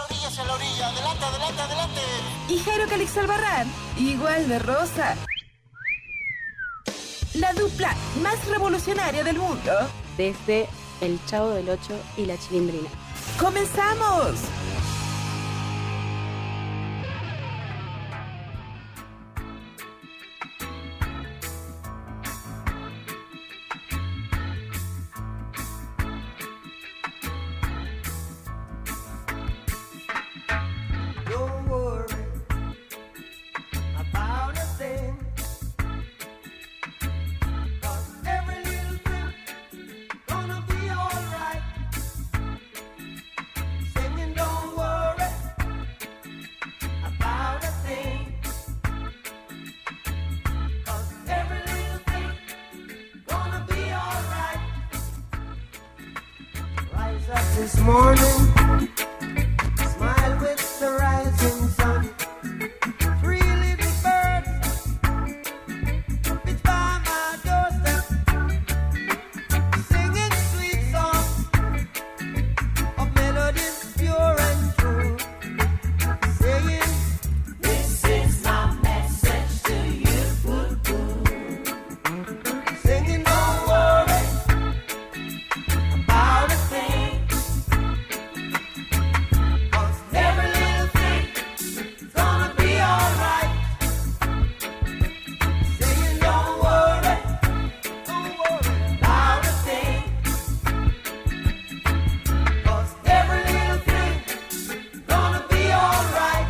orillas a la orilla, adelante, adelante, adelante. y Jairo Calix Albarrán, igual de rosa. La dupla más revolucionaria del mundo. desde El Chavo del Ocho y La Chilindrina. ¡Comenzamos! Don't worry about a thing. 'Cause every little thing gonna be alright. Singing, don't worry about a thing. 'Cause every little thing gonna be alright. Rise up this morning. Smile with the rising sun. Three little birds pitch by my doorstep, singing sweet songs of melodies pure and true, saying, "This is my message to you." Singing, don't worry about a thing. Cause every little thing's gonna be alright. Saying don't worry, don't worry about a thing. Cause every little thing's gonna be alright.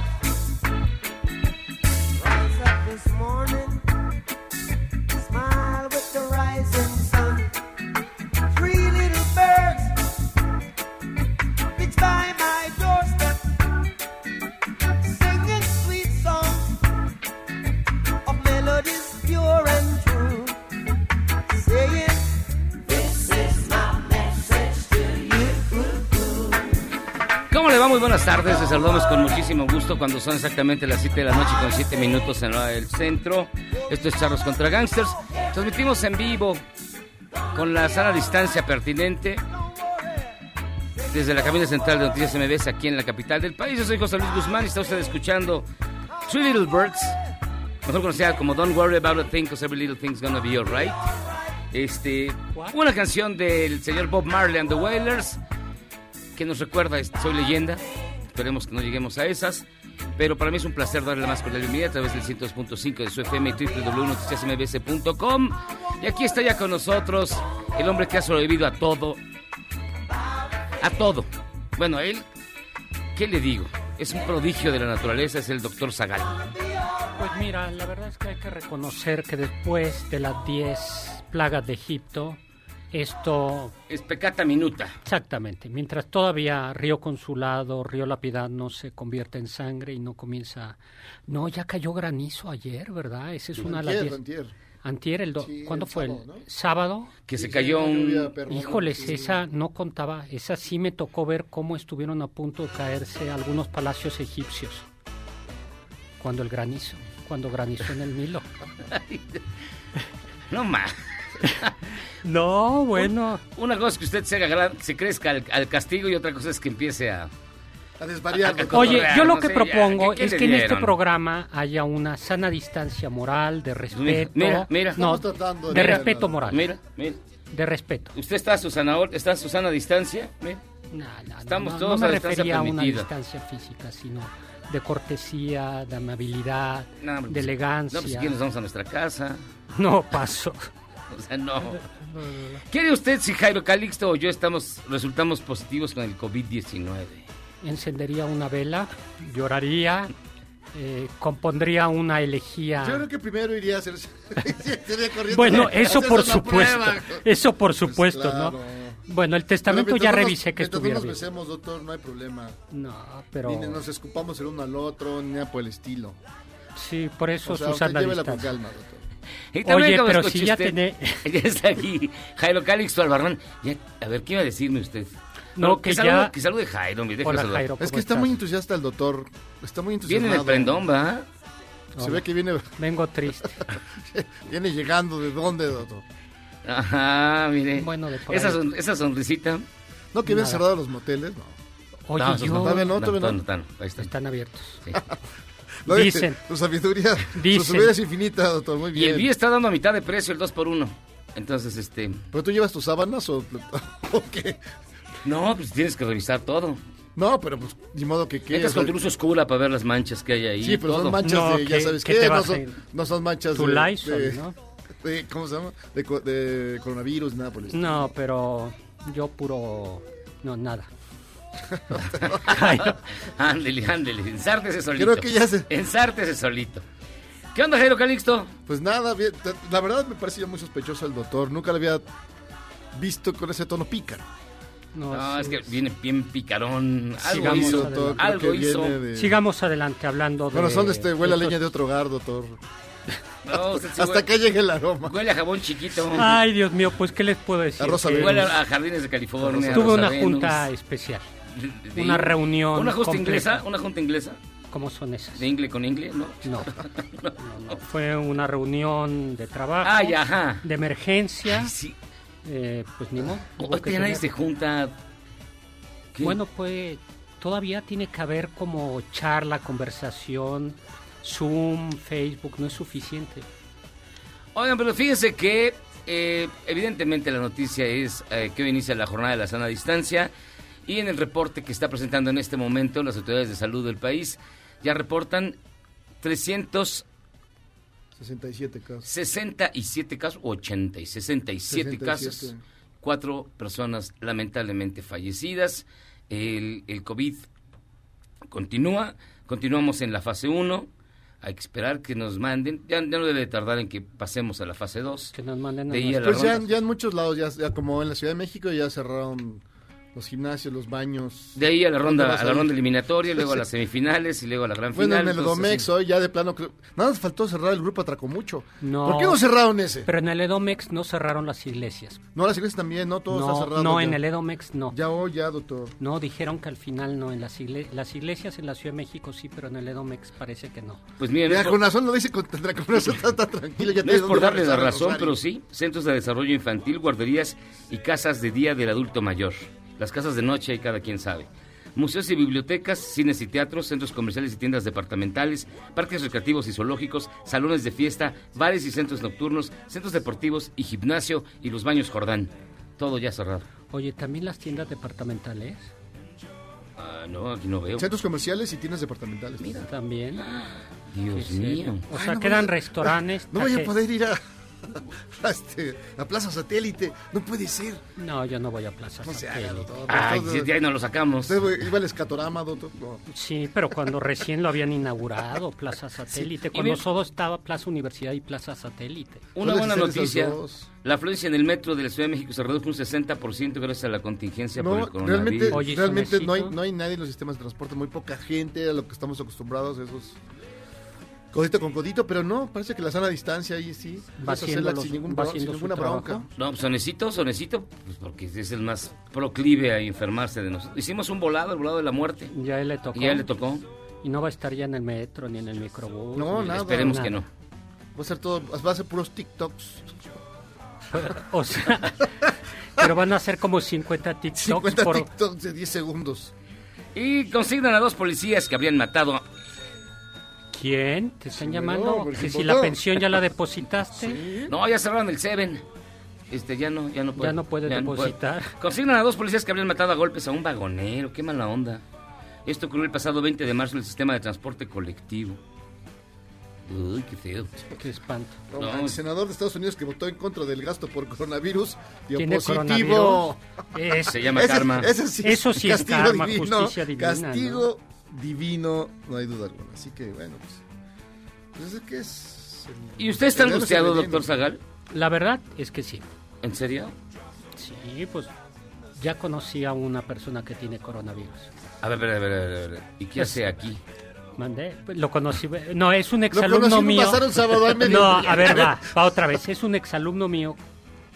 Rise up this morning, smile with the rising sun. Three little birds it's by my doorstep, singing sweet songs of melodies pure and true, saying, This is my message to you. ¿Cómo le va? Muy buenas tardes, les saludamos con muchísimo gusto cuando son exactamente las 7 de la noche con 7 minutos en hora del centro. Esto es Charros contra Gangsters. Transmitimos en vivo con la sana distancia pertinente desde la cabina central de Noticias MBS aquí en la capital del país. Yo soy José Luis Guzmán y está usted escuchando Three Little Birds, mejor conocida como Don't Worry About a Thing, because every little thing's gonna be alright. Este, una canción del señor Bob Marley and the Wailers que nos recuerda este, Soy Leyenda. Esperemos que no lleguemos a esas. Pero para mí es un placer darle la más cordial bienvenida a través del 102.5 de su FM y www.noticiasmbs.com. Y aquí está ya con nosotros el hombre que ha sobrevivido a todo. A todo. Bueno, él, ¿qué le digo? Es un prodigio de la naturaleza, es el doctor Zagal. Pues mira, la verdad es que hay que reconocer que después de las 10 plagas de Egipto, esto Es pecata minuta. exactamente, mientras todavía Río Consulado, Río La Piedad no se convierte en sangre y no comienza... No, ya cayó granizo ayer, ¿verdad? Esa es una de las Antier, 10... antier. Antier, el do- Sí, el ¿cuándo fue? el sábado, ¿no? sábado. Que se Sí, cayó una lluvia un... perrona, Híjoles, sí. esa no contaba, esa sí me tocó ver cómo estuvieron a punto de caerse algunos palacios egipcios cuando el granizo, cuando granizó en el Nilo. No más. No, bueno. Una cosa es que usted se, haga gran- se crezca al- al castigo y otra cosa es que empiece a... A desvariar. doctor. Oye, cotorrear, yo no lo que sé, ya, propongo ¿qué- qué es le que en este dieron? programa haya una sana distancia moral, de respeto. mira, mira. No, Estamos tratando de de tener- respeto moral. Mira, mira. De respeto. Usted está a su zanahoria- está a su sana distancia. mira. No, no, no, Estamos no, todos no a me distancia refería a una permitida. distancia física, sino de cortesía, de amabilidad, No, hombre, de pues, elegancia. No, pues si quieres nos vamos a nuestra casa. No pasó. O sea, no. ¿Quiere usted si Jairo Calixto o yo estamos, resultamos positivos con el COVID-19? Encendería una vela, lloraría, eh, compondría una elegía. Yo creo que primero iría a hacer. iría corriendo. Bueno, Esa eso es por la supuesto. prueba. Eso por Pues supuesto, claro. ¿no? A Bueno, el ver, testamento mientras ya no nos- revisé que mientras estuviera no bien. nos besemos, doctor, no hay problema. No, pero Ni nos escupamos el uno al otro, ni nada por el estilo. sí, por eso O sea, usted Susana llévela con distancia. calma, doctor. Y también Oye, como pero escuché si ya usted, tené- Ya está aquí Jairo Calixto Albarrán. Ya, a ver, ¿qué iba a decirme usted? No, Bueno, que salude- ya- Que salude Jairo, mi Hola Jairo, ¿cómo Es que está estás? muy entusiasta el doctor. Está muy entusiasmado. Viene de prendón, ¿va? Se ve que viene, Vengo triste. viene llegando. ¿De dónde, doctor? Ajá, mire. Bueno, de por esa, ahí. son- esa sonrisita. No, que habían Nada. cerrado los moteles. No. Oye, No, esos yo Todavía no, todavía no. están, ahí están. están abiertos. Sí. Lo dice, Dicen. Su sabiduría, Dicen. su sabiduría es infinita, doctor. Muy Y bien. el BIE está dando a mitad de precio el 2x1. Entonces, este. ¿Pero tú llevas tus sábanas o, o qué? No, pues tienes que revisar todo. No, pero pues, ni modo que qué. Entras o con sea, tu luz oscura para ver las manchas que hay ahí. Sí, pero todo. son manchas No, de, que- ya sabes que qué, te no, baje son, no son manchas Tu de, Lysol, de- ¿no? de- ¿cómo se llama? De, co- de coronavirus, nada por el estilo. No, pero yo puro no nada. Jairo, ándele, ándele. Ensártese solito. Creo que ya se- Ensártese solito. ¿Qué onda, Jairo Calixto? Pues nada, bien, te- la verdad me parece ya muy sospechoso el doctor. Nunca lo había visto con ese tono pícaro. no, No, es sí. que viene bien picarón. Algo Sigamos, hizo. doctor, creo Algo que hizo. viene de- Sigamos adelante hablando de Bueno, son este, huele a estos- leña de otro hogar, doctor. No, usted sí Hasta huele, que llegue el aroma. huele a jabón chiquito. Ay, Dios mío, pues qué les puedo decir? A Rosa Que Venus. Huele a Jardines de California. Tuve Rosa una Venus. junta especial. De- de- una reunión Una junta completa. inglesa. Una junta inglesa. ¿Cómo son esas? De ingle con ingle, ¿no? No. No, no. Fue una reunión de trabajo, Ay, ajá. de emergencia, Ay, sí. eh, pues ni modo. hubo Hoy que nadie tener- se junta. ¿Qué? Bueno, pues todavía tiene que haber como charla, conversación, Zoom, Facebook, no es suficiente. Oigan, pero fíjense que eh, evidentemente la noticia es eh, que hoy inicia la jornada de la sana distancia y en el reporte que está presentando en este momento las autoridades de salud del país ya reportan 367 67 casos. casos, 80 y 67 casos, 67. cuatro personas lamentablemente fallecidas, el, el COVID continúa, continuamos en la fase 1, hay que esperar que nos manden, ya, ya no debe de tardar en que pasemos a la fase 2. Que nos manden a De ahí nuestra- a las Pues ya, rondas. ya en muchos lados, ya, ya como en la Ciudad de México, ya cerraron los gimnasios, los baños. De ahí a la ronda, ¿Dónde vas a la a ir? ronda eliminatoria, luego a las semifinales y luego a la gran Bueno, final. en el entonces, Domex sí. hoy ya de plano. creo- Nada más faltó cerrar el grupo Atracomucho. No. ¿Por qué no cerraron ese? Pero en el Edomex no cerraron las iglesias. No, las iglesias también, no, todo está No, cerrado. no ya. en el Edomex no. Ya hoy, ya, doctor. No, dijeron que al final no, en las, igle- las iglesias en la Ciudad de México sí, pero en el Edomex parece que no. Pues miren, Ya, es por- con razón lo dice con con razón está, está tranquilo. Ya no es tiene por dónde darle la regresar a razón, Rosario. pero sí, centros de desarrollo infantil, guarderías y casas de día del adulto mayor. Las casas de noche y cada quien sabe. Museos y bibliotecas, cines y teatros, centros comerciales y tiendas departamentales, parques recreativos y zoológicos, salones de fiesta, bares y centros nocturnos, centros deportivos y gimnasio y los baños Jordán. Todo ya cerrado. Oye, también las tiendas departamentales Ah, no, aquí no veo. Centros comerciales y tiendas departamentales. Mira. también. Dios mío. O sea, quedan restaurantes. No voy a cafés. poder ir a, a este, a Plaza Satélite. No puede ser. No, yo no voy a Plaza No se haga, Satélite. doctor. Ay, Doctor, sí, de ahí no lo sacamos. Usted iba al escatorama, doctor. No. Sí, pero cuando recién lo habían inaugurado, Plaza Satélite. Y Cuando mira- solo estaba Plaza Universidad y Plaza Satélite. Una Pueden buena ser esas noticia. dos. La afluencia en el metro de la Ciudad de México se redujo un 60% gracias a la contingencia por No, el coronavirus. realmente, Oye, ¿hizo realmente no, hay, México? no hay nadie en los sistemas de transporte, muy poca gente a lo que estamos acostumbrados, esos codito con codito, pero no, parece que la sana distancia ahí sí, Va puedes haciendo hacerla los- sin, ningún va bron- haciendo sin su ninguna trabajo. bronca. No, pues Sonecito, Sonecito, pues porque es el más proclive a enfermarse de nosotros. Hicimos un volado, el volado de la muerte. Ya él le tocó. Y ya le tocó. Y no va a estar ya en el metro, ni en el microbús. No, ni- nada. Esperemos Nada. que no. Va a ser todo, va a ser puros TikToks. O sea, pero van a ser como 50 TikToks 50 por... TikToks de 10 segundos. Y consignan a dos policías que habrían matado. ¿Quién? ¿Te están Sí, llamando? no, porque que si pues la no. pensión ya la depositaste. No, ya cerraron el Seven. Este, ya no, ya no puede. Ya no puede depositar. Consignan a dos policías que habrían matado a golpes a un vagonero. Qué mala onda. Esto ocurrió el pasado 20 de marzo en el sistema de transporte colectivo. Uy, qué feo. Qué espanto. No, No. El senador de Estados Unidos que votó en contra del gasto por coronavirus dio ¿Tiene positivo. coronavirus? Es- Se llama karma. ese sí, Eso sí es karma, justicia divina, Castigo divino, no hay duda alguna. Así que bueno, pues. pues es que es. el- ¿Y usted está el diablo es el angustiado, veneno. doctor Zagal? La verdad es que sí. ¿En serio? Sí, pues ya conocí a una persona que tiene coronavirus. A ver, a ver, a ver, a ver, a ver. ¿Y qué hace aquí? Mandé, pues, lo conocí. No, es un Lo exalumno conocí mío. pasar un sábado al No, mediodía. a ver, va, va otra vez. Es un exalumno mío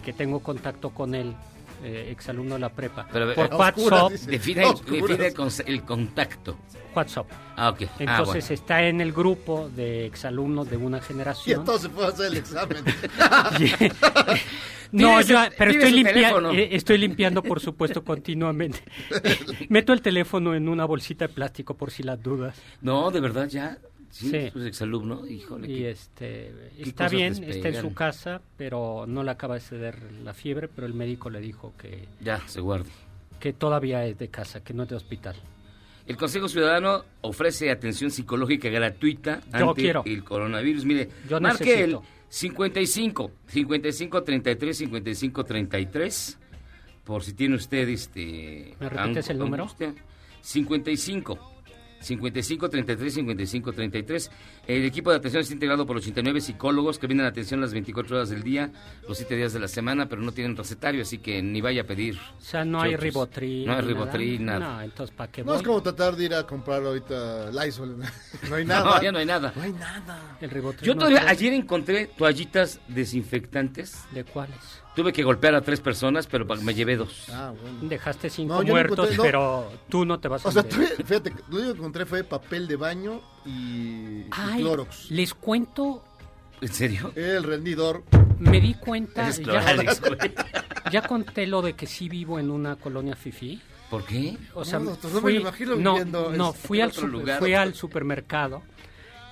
que tengo contacto con él, eh, exalumno de la prepa. Pero, a ver, eh, por a WhatsApp. oscuras, dice. Define, No, ¿cómo define no? el, conce- el contacto. WhatsApp. Ah, ok. ah, bueno. Entonces está en el grupo de exalumnos de una Y generación. entonces fue a hacer el examen. eh, No, Tienes yo, el- pero estoy, tienes el limpia- teléfono. eh, estoy limpiando, por supuesto, continuamente. Meto el teléfono en una bolsita de plástico por si las dudas. No, de verdad, ya. Sí, Sí. pues exalumno, híjole. Y qué- este, qué está cosas bien, les está en su pegan? casa, pero no le acaba de ceder la fiebre, pero el médico le dijo que, Ya, se guarde. que todavía es de casa, que no es de hospital. El Consejo Ciudadano ofrece atención psicológica gratuita Yo ante quiero. el coronavirus. Mire, Yo marque necesito. el 55 55 33 55 33 por si tiene usted este ¿Me repites el número? angustia. 55 55 33 55 33. El equipo de atención está integrado por 89 psicólogos que brindan atención las 24 horas del día, los 7 días de la semana, pero no tienen recetario, así que ni vaya a pedir. O sea, no hay Chochos. ribotril. No hay ni ribotril, nada. No, entonces, ¿para qué No es voy? como tratar de ir a comprar ahorita Lysol. No hay nada. No, ya no hay nada. No hay nada. El ribotril Yo no todavía creo. ayer encontré toallitas desinfectantes. ¿De cuáles? Tuve que golpear a tres personas, pero pa- me llevé dos. Ah, bueno. Dejaste cinco No, yo no muertos, encontré- no. pero tú no te vas a O sea, morir. tuve- fíjate, lo único que encontré fue papel de baño y, y Ay, clorox. les cuento, ¿En serio? Era El rendidor. me di cuenta, Eres ya, cloralex, güey. ya conté lo de que sí vivo en una colonia fifí. ¿Por qué? O sea, No, doctor, no me fui, lo imagino no, viviendo no, en fui, al otro super- lugar. fui al supermercado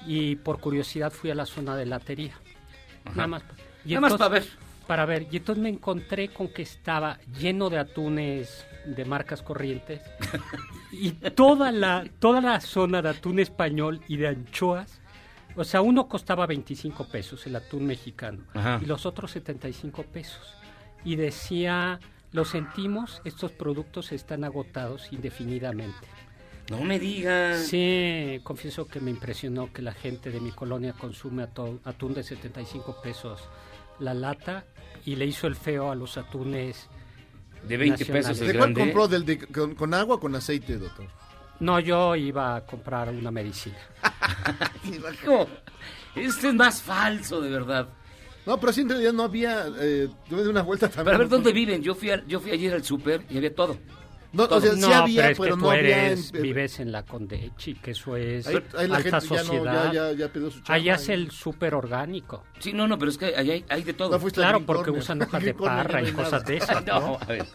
y por curiosidad fui a la zona de latería. Ajá. Nada más. y Nada más entonces- para ver. Para ver. Y entonces me encontré con que estaba lleno de atunes de marcas corrientes y toda la, toda la zona de atún español y de anchoas. O sea, uno costaba 25 pesos, el atún mexicano, Ajá. y los otros 75 pesos. Y decía, lo sentimos, estos productos están agotados indefinidamente. No me digas. Sí, confieso que me impresionó que la gente de mi colonia consume ato- atún de 75 pesos la lata y le hizo el feo a los atunes. De 20 Nacional. pesos el ¿De cuál grande. compró? ¿Del de- con, con agua o con aceite, doctor? No, yo iba a comprar una medicina. Hijo, Este es más falso, de verdad. No, pero sí, en realidad no había. Eh, yo me di una vuelta también. Pero a ver dónde viven. Yo fui, al- yo fui ayer al súper y había todo. No, o sea, sí no, había, pero pues. es pero, que tú no había. eres, en- vives en la Condechi, que eso es Ahí, ahí la alta gente ya, no, sociedad. ya, ya, ya pidió su chamba. Allá es el súper orgánico. Sí, no, no, pero es que allá hay, hay de todo. No fuiste al Claro, Green porque Corner. usan hojas de Green Corner ya parra no y hay nada. cosas de esas. No, a ver.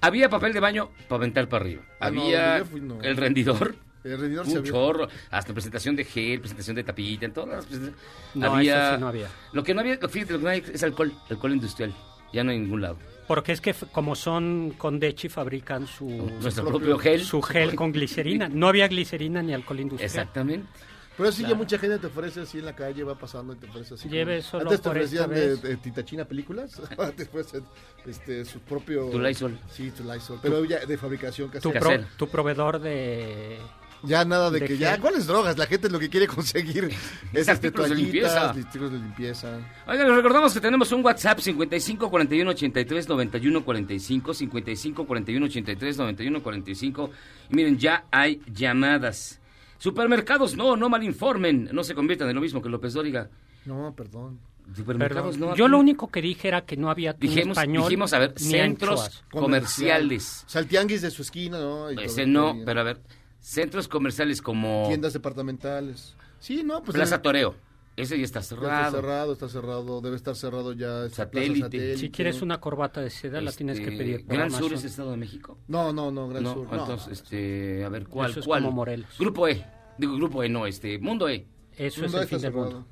Había papel de baño para aventar para arriba. Ah, no, Había yo fui, no. el rendidor. El rendidor se Un había- chorro, hasta presentación de gel, presentación de tapita, en todas las presenta- No, eso sí no había. Lo que no había, fíjate, lo que no hay es alcohol, alcohol industrial. Ya no hay en ningún lado. Porque es que f- como son Condechi, fabrican su... Nuestro propio, gel. su gel con glicerina. No había glicerina ni alcohol industrial. Exactamente. Pero sí, ya mucha gente te ofrece así en la calle, va pasando y te ofrece así. Lleve solo Antes te por esta ofrecían eh, de, vez. de titachina películas, ahora te ofrecen este, su propio... Tu Lysol. Sí, tu Lysol, pero ya de fabricación Tu, casera. Casero. pro- tu proveedor de... Ya nada de, de que gel. ya, ¿cuáles drogas? La gente lo que quiere conseguir es este, Artículos de limpieza. toallitas, artículos de limpieza. Oigan, les recordamos que tenemos un WhatsApp 55 41 83 91 45 55 41 83 91 45 y miren, ya hay llamadas. Supermercados, no, no malinformen, no se conviertan en lo mismo que López Dóriga. No, perdón. Supermercados, Perdón. no. Yo aquí- lo único que dije era que no había atún dijimos, español dijimos, a ver, ni centros anchoas. comerciales. O sea, el tianguis de su esquina, ¿no? Y Pues Ese todo, no, y- pero a ver, centros comerciales como Tiendas departamentales. Sí, no, pues... Plaza en- Toreo, ese ya Ya está Está cerrado. cerrado, está cerrado, debe estar cerrado ya. este, Plaza Satélite. Si quieres una corbata de seda, la tienes que Este, pedir por Gran Sur Amazon. es Estado de México. No, no, no, Gran no, Sur. no. entonces, este, a ver, ¿cuál? Eso es cuál? como Morelos. Grupo E, digo Grupo E, no, este, Mundo E. Ah, Eso es Mundo el está fin del cerrado. mundo.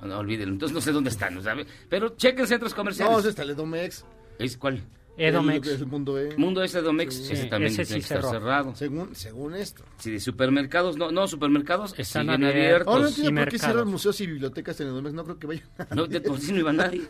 No, olvídenlo, entonces no sé dónde están, ¿no sabe? Pero chequen centros No, comerciales. ese es Teledomex. ¿Es cuál? Edomex. El, el mundo E. Mundo ese Domex, ese también ese tiene sí que estar cerró. cerrado. Según, según esto. Sí, de supermercados, no, no, supermercados Están siguen abiertos. abiertos. Ahora no y entiendo por qué mercados. cierran museos y bibliotecas en el Domex. No creo que vayan. No, de por sí no iba nadie.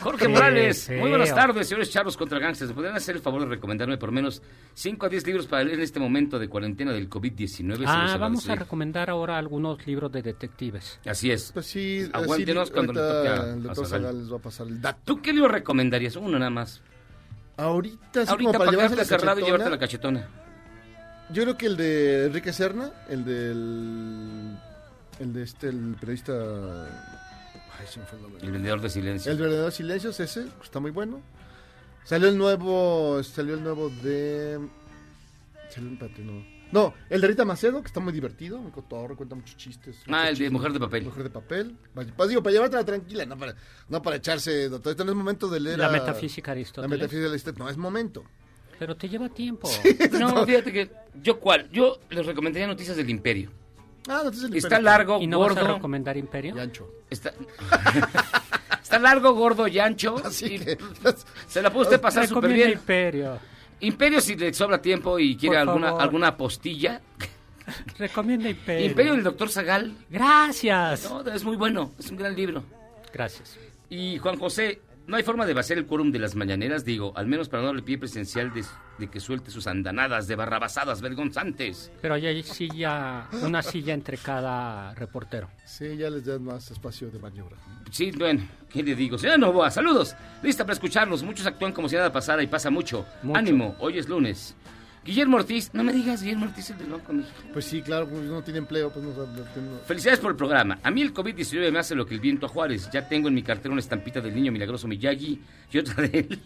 Jorge Qué Morales, feo. muy buenas tardes, señores charros contra gangsters. ¿Me podrían hacer el favor de recomendarme por menos 5 a 10 libros para leer en este momento de cuarentena del COVID-19? Se los Ah, vamos a agradeceré. recomendar ahora algunos libros de detectives. Así es. Pues sí, Aguántenos así, cuando le ahorita toque a- a el doctor Zagal. Zagal les va a pasar el dato. ¿Tú qué libro recomendarías? Uno nada más. Ahorita, así Ahorita como para para llevarse quedarte la cerrado y llevarte la cachetona, cachetona. yo creo que el de Enrique Serna, el del... El de este, el periodista... Ay, se me fue el nombre. El vendedor de silencio. El verdadero silencio es ese, pues, está muy bueno. Salió el nuevo, salió el nuevo de... Salió un empate, no. No, el de Rita Macedo, que está muy divertido, muy cotorro, cuenta muchos chistes. Ah, muchos el de chismes. Mujer de Papel. Mujer de Papel. Pa- pa- digo, para llevártela tranquila, no para, no para echarse... doctor, Este no es momento de leer La a- metafísica de La Aristóteles. metafísica de Aristóteles, no es momento. Pero te lleva tiempo. oh. No, fíjate que yo cuál. Yo les recomendaría Noticias del Imperio. Ah, no, entonces el Está imperio. largo, ¿Y no vas a gordo. recomendar Imperio? Y ancho. Está... está largo, gordo y ancho. Así y pues, que... Se la puede usted pasar súper Recomienda bien. Imperio. Imperio si le sobra tiempo y quiere Por alguna favor. alguna apostilla. Recomienda Imperio. Imperio del doctor Zagal. Gracias. No, es muy bueno, es un gran libro. Gracias. Y Juan José, no hay forma de vaciar el quórum de las mañaneras, digo, al menos para no darle pie presencial de, de que suelte sus andanadas de barrabasadas vergonzantes. Pero ya hay silla, una silla entre cada reportero. Sí, ya les dan más espacio de maniobra. Sí, bueno, ¿qué le digo? Señora Novoa, saludos. Lista para escucharlos. Muchos actúan como si nada pasara y pasa mucho. Mucho. Ánimo, hoy es lunes. Guillermo Ortiz, no me digas Guillermo Ortiz el del Banco de México. Pues sí, claro, pues no tiene empleo, pues no, no tiene- Felicidades por el programa. A mí el COVID-19 me hace lo que el viento a Juárez. Ya tengo en mi cartera una estampita del niño milagroso Miyagi y otra de él.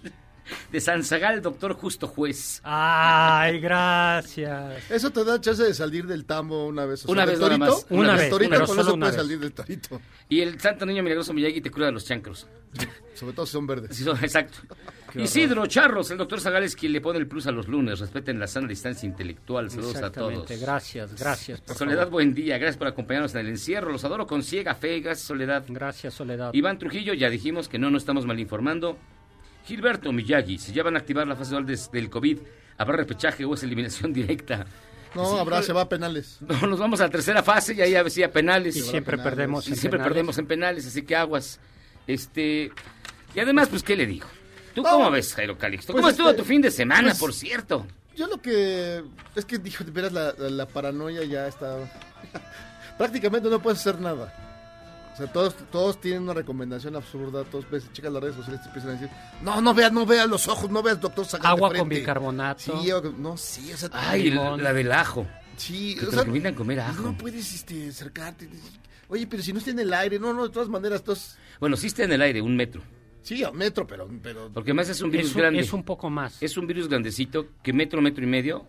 De San Zagal, doctor justo juez. Ah. Ay, gracias. Eso te da chance de salir del tambo una vez. O Una del vez nada torito, más. del Una vez, torito, pero con solo eso una puedes vez. salir del torito. Y el santo niño milagroso Miyagi te cura de los chancros. Sobre todo si son verdes. Sí, son- exacto. Isidro Charros, el doctor Zagal es quien le pone el plus a los lunes. Respeten la sana distancia intelectual. Saludos a todos. Exactamente. Gracias, gracias. por Soledad, favor. buen día. Gracias por acompañarnos en el encierro. Los adoro con ciega fe. Gracias, Soledad. Gracias, Soledad. Iván Trujillo, ya dijimos que no nos estamos mal informando. Gilberto Miyagi, si ya van a activar la fase dual des- del COVID, ¿habrá repechaje o es eliminación directa? No, habrá, se va a penales. No, nos vamos a la tercera fase y ahí a ver si a penales. Y siempre penales. perdemos. Y en siempre penales. perdemos en penales, así que aguas. Este Y además, pues, ¿qué le digo? ¿Tú cómo No. ves, Jairo Calixto? Pues ¿Cómo estuvo este, tu fin de semana, pues- por cierto? Yo lo que. Es que, dijo, de veras, la, la- la paranoia ya está. Prácticamente no puedes hacer nada. O sea, todos, todos tienen una recomendación absurda. Todos ves, checas las redes sociales y te empiezan a decir: No, no veas, no veas los ojos, no veas, doctor, saca Agua con bicarbonato. Sí, agua con- no, sí, o sea, Ay, la, Limón. la del ajo. sí, Que o te sea, recomiendan comer ajo. No puedes este, acercarte. Oye, pero si no está en el aire, no, no, de todas maneras, todos. Bueno, sí está en el aire, un metro. Sí, a metro, pero. pero Porque además es un virus Es un, grande. es un poco más. Es un virus grandecito que metro, metro y medio,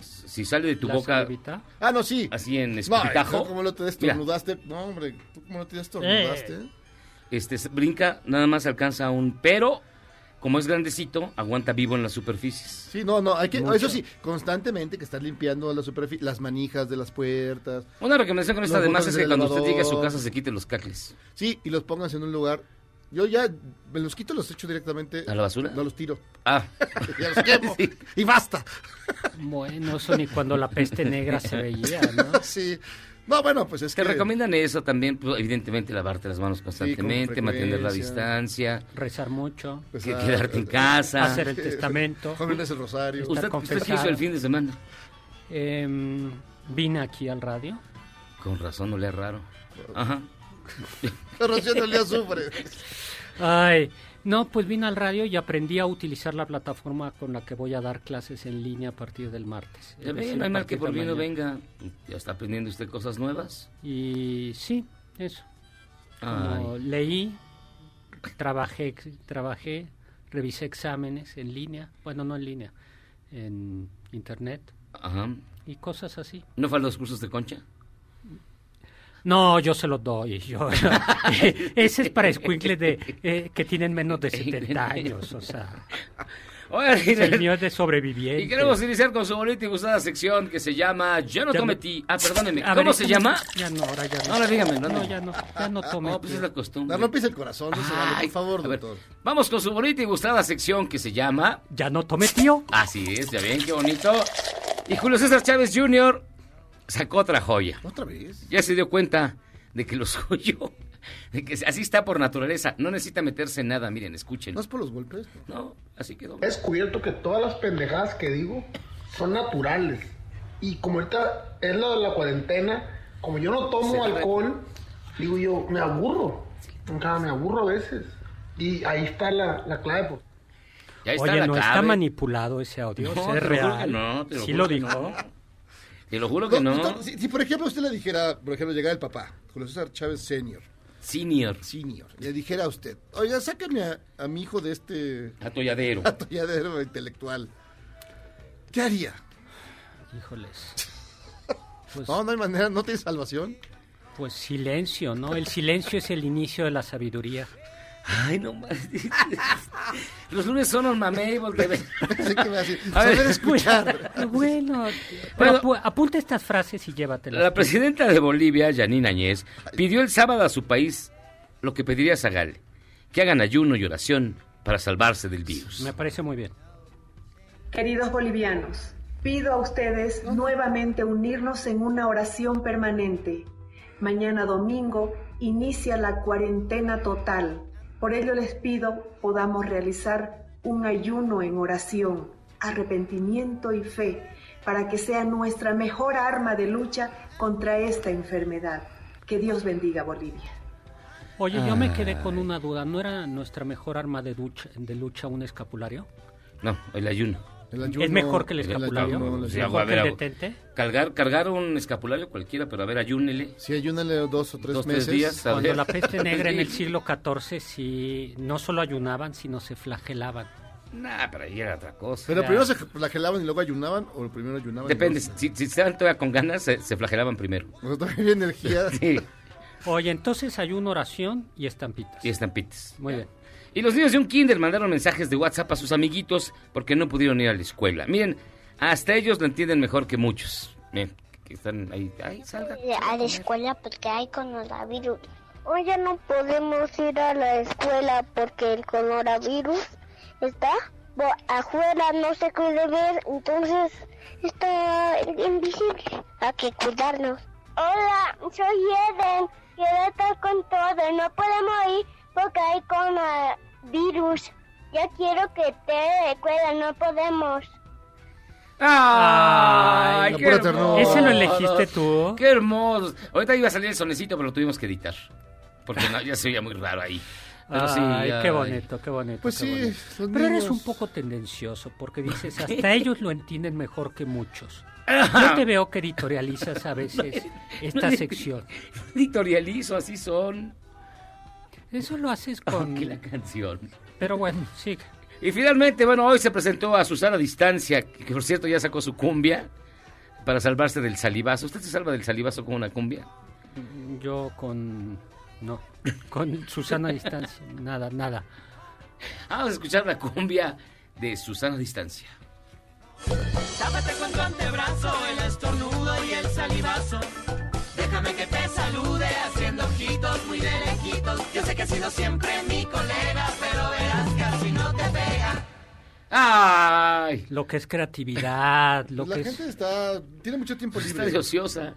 si sale de tu La boca salivita. ah, no, sí. así en No, escupitajo, ¿Cómo lo te estornudaste? No, hombre, ¿tú cómo lo te estornudaste? Eh. este, se brinca, nada más alcanza a un pero, como es grandecito, aguanta vivo en las superficies. Sí, no, no, hay que. Eso sí, constantemente que estás limpiando la superficie, las manijas de las puertas. Una recomendación con esta Los además botones es que del cuando usted elevador. llegue a su casa se quite los cacles. Sí, y los pongas en un lugar. Yo ya me los quito, los echo directamente. ¿A la basura? No los tiro. Ah, Ya los quemo. Y basta. Bueno, eso ni cuando la peste negra se veía, ¿no? Sí. No, bueno, pues es te que. recomiendan eso también, pues, evidentemente lavarte las manos constantemente, mantener la frecuencia. distancia, Rezar mucho, pues, que- ah, quedarte en casa. hacer el testamento. Jóvenes el rosario. Usted- ¿Usted, estar usted qué hizo confesado. el fin de semana? Em, vine aquí al radio. Con razón, no le es raro. Ajá. Rocío no le sufre. Ay, no, pues vine al radio y aprendí a utilizar la plataforma con la que voy a dar clases en línea a partir del martes. Ya Es ve, decir, no hay a mal que partir por de bien no mañana. venga. Ya está aprendiendo usted cosas nuevas. Y sí, eso. Ay. Como leí, trabajé, trabajé, revisé exámenes en línea, bueno, no en línea, en internet Ajá. y cosas así. ¿No fue a los cursos de concha? No, yo se los doy. Yo, eh, ese es para escuincles de, eh, que tienen menos de 70 años, o sea. El mío es de sobreviviente. Y queremos iniciar con su bonita y gustada sección que se llama Yo no Ya no- cometí. Ah, perdóneme. A ¿Cómo ver, este se llama? Ya no, ahora ya no. Ahora dígame, ¿no? No, ya no, ya no tome. No, pues es la No costumbre. rompes el corazón, no se vale, Ay, por favor, a ver, doctor. vamos con su bonita y gustada sección que se llama Ya no tome, tío. Así es, ya ven, qué bonito. Y Julio César Chávez Jr. sacó otra joya. ¿Otra vez? Ya se dio cuenta de que lo suyo, de que así está por naturaleza. No necesita meterse en nada, miren, escuchen. ¿No es por los golpes? No, así quedó. He descubierto que todas las pendejadas que digo son naturales. Y como ahorita es lo de la cuarentena, como yo no tomo alcohol, digo yo, me aburro. O sea, me aburro a veces. Y ahí está la, la clave. pues. Ya está Oye, la no está clave. manipulado ese audio, No, o sea, te es lo juro que real. no, te lo sí juro lo que dijo. no. Te lo juro que no. doctor, si, si, por ejemplo usted le dijera, por ejemplo, llegara el papá, Julio César Chávez Senior, Senior. Senior, le dijera a usted, oiga, sácame a, a mi hijo de este Atolladero. atolladero intelectual. ¿Qué haría? Híjoles. Pues, No, no hay manera, no tiene salvación. pues silencio, ¿no? El silencio es el inicio de la sabiduría. Ay, no más. Los lunes son on mamable, bebé. Pensé que me iba a decir, A ver, Ah, saber escuchar. Bueno, Bueno. pero apu- apunta estas frases y llévatelas. La presidenta de Bolivia, Janine Añez, pidió el sábado a su país lo que pediría Zagal, que hagan ayuno y oración para salvarse del virus. Me parece muy bien. Queridos bolivianos, pido a ustedes nuevamente unirnos en una oración permanente. Mañana domingo inicia la cuarentena total. Por ello les pido podamos realizar un ayuno en oración, arrepentimiento y fe para que sea nuestra mejor arma de lucha contra esta enfermedad. Que Dios bendiga Bolivia. Oye, yo me quedé con una duda. ¿No era nuestra mejor arma de, ducha- de lucha un escapulario? No, el ayuno. El ayuno- ¿Es mejor que el ayuno, escapulario? el Sí, ayuno. hago, ¿Mejor a que ver, el hago. detente? Cargar, cargar un escapulario cualquiera, pero a ver, ayúnele. Sí, ayúnale dos o tres Dos, tres meses. días. a Cuando ver. la peste negra en el Sí. siglo XIV, sí, no solo ayunaban, sino se flagelaban. Nah, Ah, pero ahí era otra cosa. Pero Ya. primero se flagelaban y luego ayunaban, o primero ayunaban. y Depende, luego- si, si estaban todavía con ganas, se, se flagelaban primero. O sea, todavía había energía. Sí, Oye, entonces hay una oración y estampitas. y estampitas. Muy bien. Y los niños de un kinder mandaron mensajes de WhatsApp a sus amiguitos porque no pudieron ir a la escuela. Miren, hasta ellos lo entienden mejor que muchos. Miren, que están ahí. Ay, salga. a la escuela porque hay coronavirus. Hoy ya no podemos ir a la escuela porque el coronavirus está bo- afuera, no se puede ver, entonces está invisible. Hay que cuidarnos. Hola, soy Eden. Quiero estar con todo. No podemos ir porque hay coronavirus. Ya quiero que te recuerden, no podemos. Ay, Ay, qué pura hermoso. ternura. Ese lo elegiste tú. Qué hermoso. Ahorita iba a salir el sonecito, pero lo tuvimos que editar. Porque no, ya se oía muy raro ahí. Pero sí, Ay, ay. qué bonito, qué bonito. Pues qué sí, bonito. los Pero eres niños. un poco tendencioso porque dices, hasta ellos lo entienden mejor que muchos. Yo te veo que editorializas a veces esta sección. Editorializo, así son. Eso lo haces con... Aunque la canción. Pero bueno, sí. Y finalmente, bueno, hoy se presentó a Susana Distancia, que por cierto ya sacó su cumbia para salvarse del salivazo. ¿Usted se salva del salivazo con una cumbia? Yo con... No, con Susana Distancia. Nada, nada. Ah, Vamos a escuchar la cumbia de Susana Distancia. Tápate con tu antebrazo, el estornudo y el salivazo. Déjame que te salude haciendo ojitos muy de lejitos. Yo sé que has sido siempre mi colega, pero verás que así no te pega. ¡Ay! Lo que es creatividad, lo la que gente es... está. Tiene mucho tiempo Pues Está libre. de ociosa.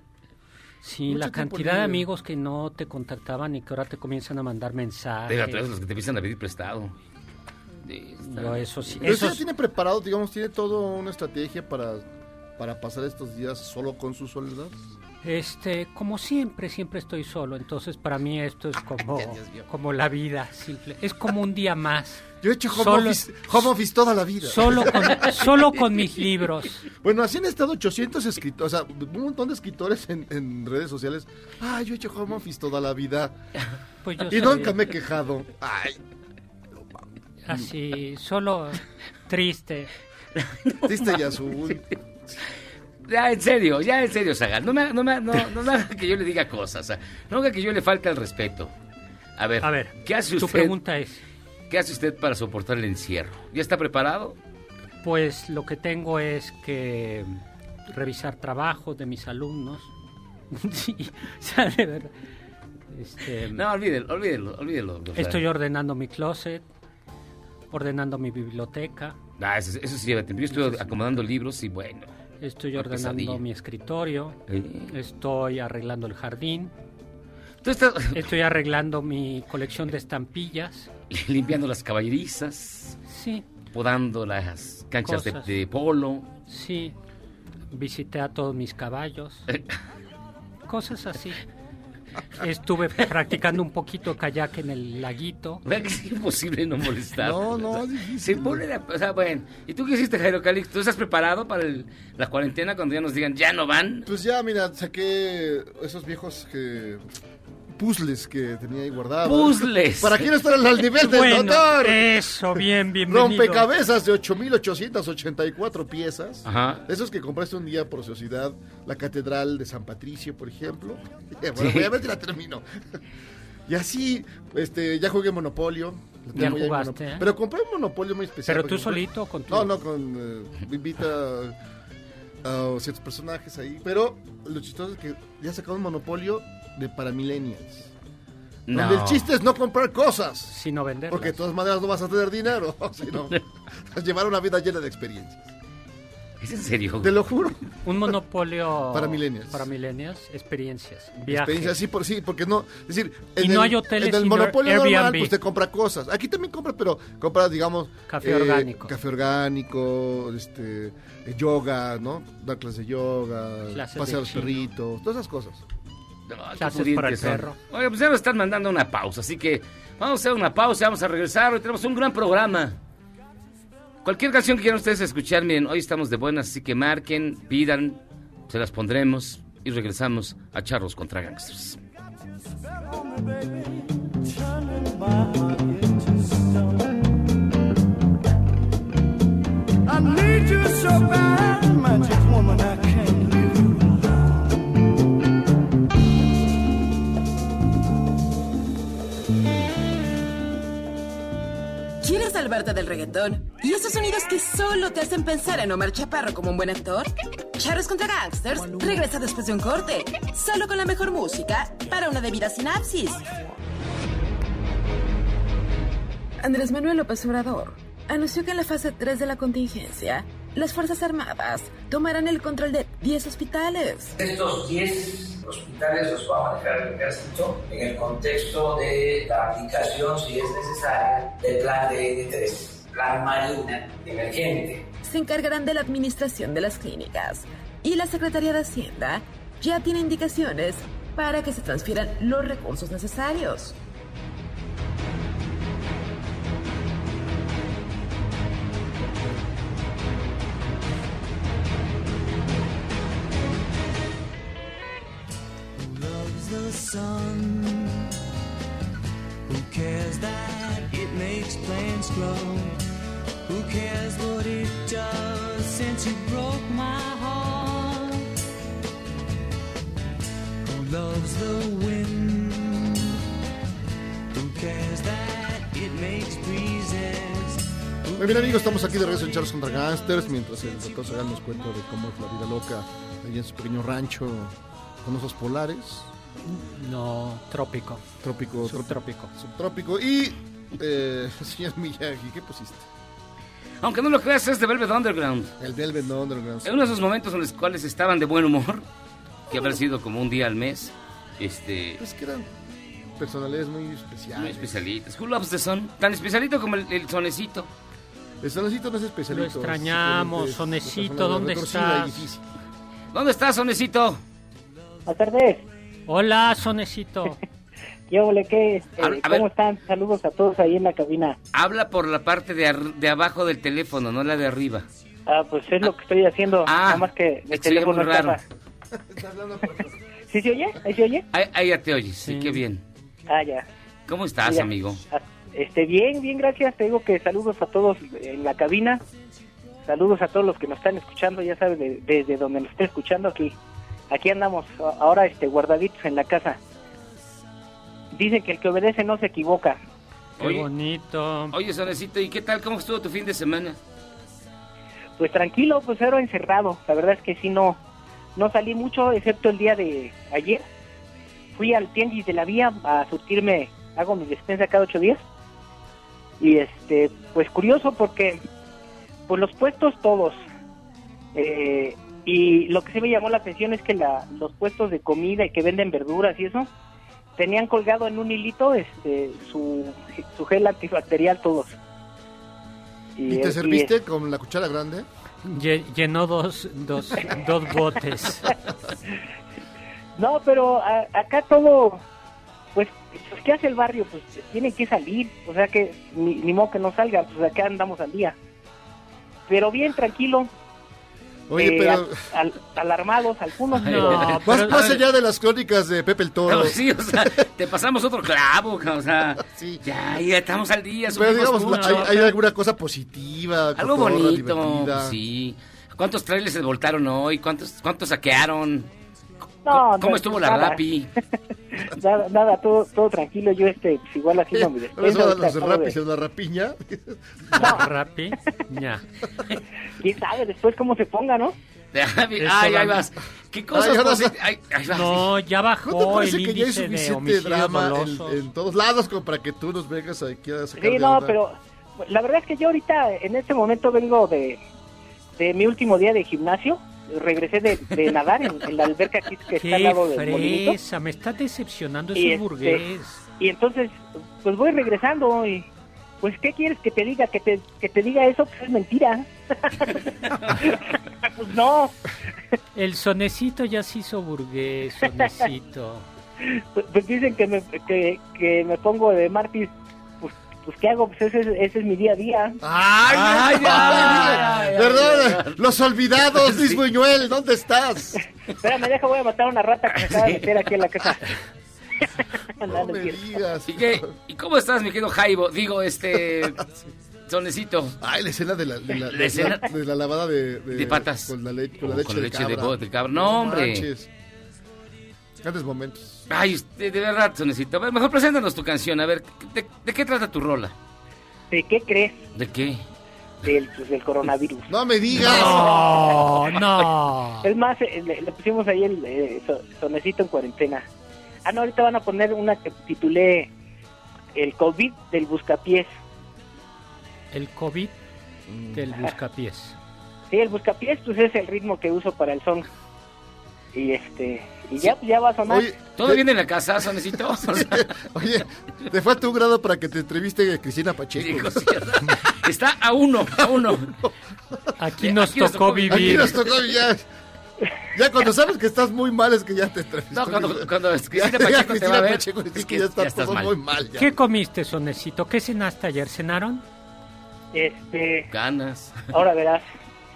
Sí, mucho la tiempo cantidad de libre. amigos que no te contactaban y que ahora te comienzan a mandar De la otra vez mensajes. los que te empiezan a pedir prestado. De- está- Yo eso sí. Pero usted esos- ya tiene preparado, digamos, tiene toda una estrategia para, para pasar estos días solo con su soledad. Este, como siempre, siempre estoy solo, entonces para mí esto es como, como la vida, simple. Es como un día más, Yo he hecho home, Solo- office, home office toda la vida. solo con, solo con mis libros. Bueno, así han estado 800 escritores, o sea, un montón de escritores en, en redes sociales. Ah, yo he hecho home office toda la vida. Pues yo Y soy nunca me he quejado. Ay, así, solo triste. triste y azul. Ya, en serio, ya, en serio, Saga. No me, haga- no me, haga- no, no me haga que yo le diga cosas. o sea, No haga que yo le falte al respeto. A ver, A ver, ¿qué hace tu usted? pregunta es, ¿Qué hace usted para soportar el encierro? ¿Ya está preparado? Pues lo que tengo es que revisar trabajos de mis alumnos. sí, o sea, de verdad. Este, No, olvídelo, olvídelo, olvídelo. o sea. Estoy ordenando mi closet, ordenando mi biblioteca, Ah, eso, eso sí lleva tiempo. Yo estoy acomodando libros y bueno. estoy Qué ordenando pesadilla. mi escritorio, Eh. estoy arreglando el jardín, estoy arreglando mi colección de estampillas. Limpiando las caballerizas, Sí, podando las canchas de, Cosas. de polo. sí, visité a todos mis caballos, cosas así. Estuve practicando un poquito kayak en el laguito. ¿Verdad que es imposible no molestar? No, no, O sea, Se pone la... O sea, bueno. ¿Y tú qué hiciste, Jairo Calix? ¿Tú estás preparado para el- la cuarentena cuando ya nos digan, ya no van? Pues ya, mira, saqué esos viejos que puzzles que tenía ahí guardados. Puzzles. ¿Para quién estar al al nivel del Bueno, doctor? Eso, bien, bienvenido. Rompecabezas de 8.884 piezas. Ajá. Esos que compraste un día por ociosidad. La Catedral de San Patricio, por ejemplo. Bueno, Sí. obviamente la termino. Y así, este, ya jugué Monopolio. Lo Ya tengo ahí jugaste, Monopolio. ¿eh? Pero compré un Monopolio muy especial. ¿Pero porque tú compré- solito o con tu- No, no, con... eh, me invita a, a ciertos personajes ahí. Pero lo chistoso es que ya sacaron Monopolio de para millennials. Donde el chiste es no comprar cosas. Sino venderlas. Porque de todas maneras no vas a tener dinero, sino llevar una vida llena de experiencias. ¿Es en serio? güey? Te lo juro. Un monopolio. Para millennials. Para millennials, experiencias. Viajes. Experiencias, sí, por, sí, porque no. Es decir, Y no hay hoteles, en el sino monopolio normal, Airbnb. pues te compra cosas. Aquí también compra, pero compra, digamos. eh, Café orgánico. Café orgánico, este, eh, yoga, ¿no? Dar clases de yoga, Clases de pasear a los chino. perritos, todas esas cosas. No, qué Clases para el pudientes son. perro. Oiga, pues ya nos están mandando una pausa, así que vamos a hacer una pausa, vamos a regresar. Hoy tenemos un gran programa. Cualquier canción que quieran ustedes escuchar, miren, hoy estamos de buenas, así que marquen, pidan, se las pondremos y regresamos a Charlos contra Gangsters. I need you so bad, magic woman, I can't leave you ¿Quieres salvarte del reggaetón? ¿Y esos sonidos que solo te hacen pensar en Omar Chaparro como un buen actor? Charros contra Gangsters regresa después de un corte, solo con la mejor música para una debida sinapsis. Andrés Manuel López Obrador anunció que en la fase 3 de la contingencia, las Fuerzas Armadas tomarán el control de 10 hospitales. Estos 10 hospitales los va a manejar el ejército en el contexto de la aplicación, si es necesaria, del plan DN3, plan Marina emergente. se encargarán de la administración de las clínicas y la Secretaría de Hacienda ya tiene indicaciones para que se transfieran los recursos necesarios. loves the sun. Who cares that it makes planes grow? Who cares what it does since you broke my heart? Who loves the wind? Who cares that it makes breezes? Muy bien, amigos, estamos aquí de regreso en Charles contra Gangsters. Mientras el doctor Sagan nos cuenta de cómo es la vida loca allí en su pequeño rancho con osos polares. No, trópico. Trópico, Subtrópico. Trópico y eh, señor Miyagi, ¿qué pusiste? Aunque no lo creas, es de Velvet Underground. El Velvet Underground. En uno de esos momentos en los cuales estaban de buen humor, que habrá sido como un día al mes, este, Pues que eran personalidades muy especiales. muy especialitas. Who loves the sun? Tan especialito como el, el sonecito. El sonecito no es especialito. Lo extrañamos, es- es una Sonecito, persona ¿dónde retorcida estás? y difícil. ¿Dónde estás, sonecito? Buenas tardes. Hola, Sonecito. Yo, ole, ¿qué? Eh, A- a ¿Cómo ver. están? Saludos a todos ahí en la cabina. Habla por la parte de, ar- de abajo del teléfono, no la de arriba. Ah, pues es lo que estoy haciendo. nada más que se oye el teléfono muy Ah, raro. estaba. ¿Sí se oye? ¿Ahí se oye? Ahí, ahí Ah, ya te oyes, sí, qué bien. Ah, ya. ¿Cómo estás, Mira. amigo? Este, bien, bien, gracias. Te digo que saludos a todos en la cabina. Saludos a todos los que nos están escuchando, ya sabes, de- desde donde nos esté escuchando aquí. Aquí andamos a- ahora este, guardaditos en la casa. Dicen que el que obedece no se equivoca. Oye. bonito. Oye, Sonecito, ¿y qué tal? ¿Cómo estuvo tu fin de semana? Pues tranquilo, pues era encerrado. La verdad es que sí, no, no salí mucho, excepto el día de ayer. Fui al tianguis de la vía a surtirme, hago mi despensa cada ocho días. Y este, pues curioso porque, pues los puestos todos. eh, y lo que sí me llamó la atención es que la- los puestos de comida y que venden verduras y eso, tenían colgado en un hilito este, su, su gel antibacterial todos. ¿Y eh, te serviste es- con la cuchara grande? Lle- Llenó dos, dos, dos botes. No, pero a- acá todo, pues, pues, ¿qué hace el barrio? Pues tienen que salir, o sea que ni, ni modo que no salgan, pues acá andamos al día. Pero bien, tranquilo. Oye, Eh, pero- al- al- alarmados algunos. pero- más, más allá de las crónicas de Pepe el Toro. No, sí, o sea, te pasamos otro clavo, ca- o sea, ya, ya estamos al día. Pero subimos digamos, mucho. hay, hay alguna cosa positiva, Algo cotorra, bonito, pues divertida. sí. ¿Cuántos trailers se voltaron hoy? ¿Cuántos, cuántos saquearon? No, ¿Cómo no, estuvo pues, la nada, rapi? Nada, nada, todo, todo tranquilo. Yo, este, pues, igual haciendo mi Ahora despensa. son ahorita los acabo de- rapis, es la rapiña. Rapi, ya. ¿Quién sabe después cómo se ponga, no? Ay, Eso ay, da- ahí vas. ¿Qué cosas? Ay, ahora sí. posit- ay, ahí vas. No, ya bajó ¿No te parece el que ya hay índice de suficiente homicidios drama dolosos. en, en todos lados como para que tú nos vengas a quieras sacar Sí, de no, onda? pero la verdad es que yo ahorita, en este momento, vengo de, de mi último día de gimnasio. Regresé de, de nadar en, en la alberca aquí que está al Qué lado del molinito. fresa, me está decepcionando Y ese este- burgués. Y entonces, pues voy regresando y... Pues, ¿qué quieres que te diga? Que te, que te diga eso, pues es mentira. pues no. El sonecito ya se hizo burgués, sonecito. Pues, pues dicen que me, que, que me pongo de mártir. Pues, pues, ¿qué hago? Pues ese, es- ese es mi día a día. ¡Ay, ay, ay, ¿Verdad? Los olvidados, Luis Buñuel, ¿dónde estás? Espera, me deja, voy a matar a una rata que me acaba de meter aquí en la casa. No, no es cierto. ¿Y, qué- ¿Y cómo estás, mi querido Jaibo? Digo, este. Sonecito. Ay, Ah, la escena de la, de la- La de la- escena- de la lavada de, De patas. Con la, le- con la Oh, leche, con la leche de, de cabra. bo- de cabra. No, hombre. manches. Grandes momentos. Ay, usted, de verdad, Sonecito. A ver, mejor preséntanos tu canción. A ver, ¿de, de qué trata tu rola? ¿De qué crees? ¿De qué? Del, pues, del coronavirus. ¡No me digas! No, no. Es más, eh, le, le pusimos ahí el eh, so- sonecito en cuarentena. Ah, no, ahorita van a poner una que titulé El COVID del Buscapiés. El COVID Mm. del buscapiés. Sí, el Buscapiés, pues es el ritmo que uso para el son. Y este, y ya, pues, ya va a sonar. ¿Todo bien en la casa, Sonecito? O sea, Oye, te falta un grado para que te entreviste a Cristina Pacheco. está a uno, a uno. Eh, Aquí nos tocó Aquí vivir. nos tocó ya. Ya cuando sabes que estás muy mal es que ya te entrevistas. No, cuando, cuando es Ya- Cristina ya Pacheco te va a Cristina ver. Pacheco dice es que ya está todo muy mal. ya. ¿Qué comiste, sonecito? ¿Qué cenaste ayer? ¿Cenaron? Este, Ganas. ahora verás.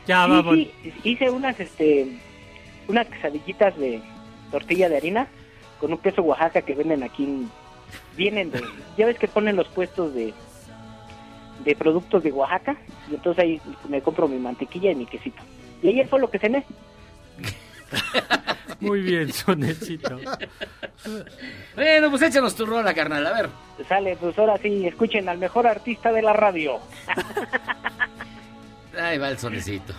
Ya, Sí, vamos. sí, hice unas, este, unas quesadillitas de tortilla de harina con un queso Oaxaca que venden aquí. en- vienen de, ya ves que ponen los puestos de, de productos de Oaxaca y entonces ahí me compro mi mantequilla y mi quesito. Y ayer fue lo que cené. Muy bien, sonecito. Bueno, pues échanos tu rola, carnal. A ver. Sale, pues ahora sí, escuchen al mejor artista de la radio. Ahí va el sonecito.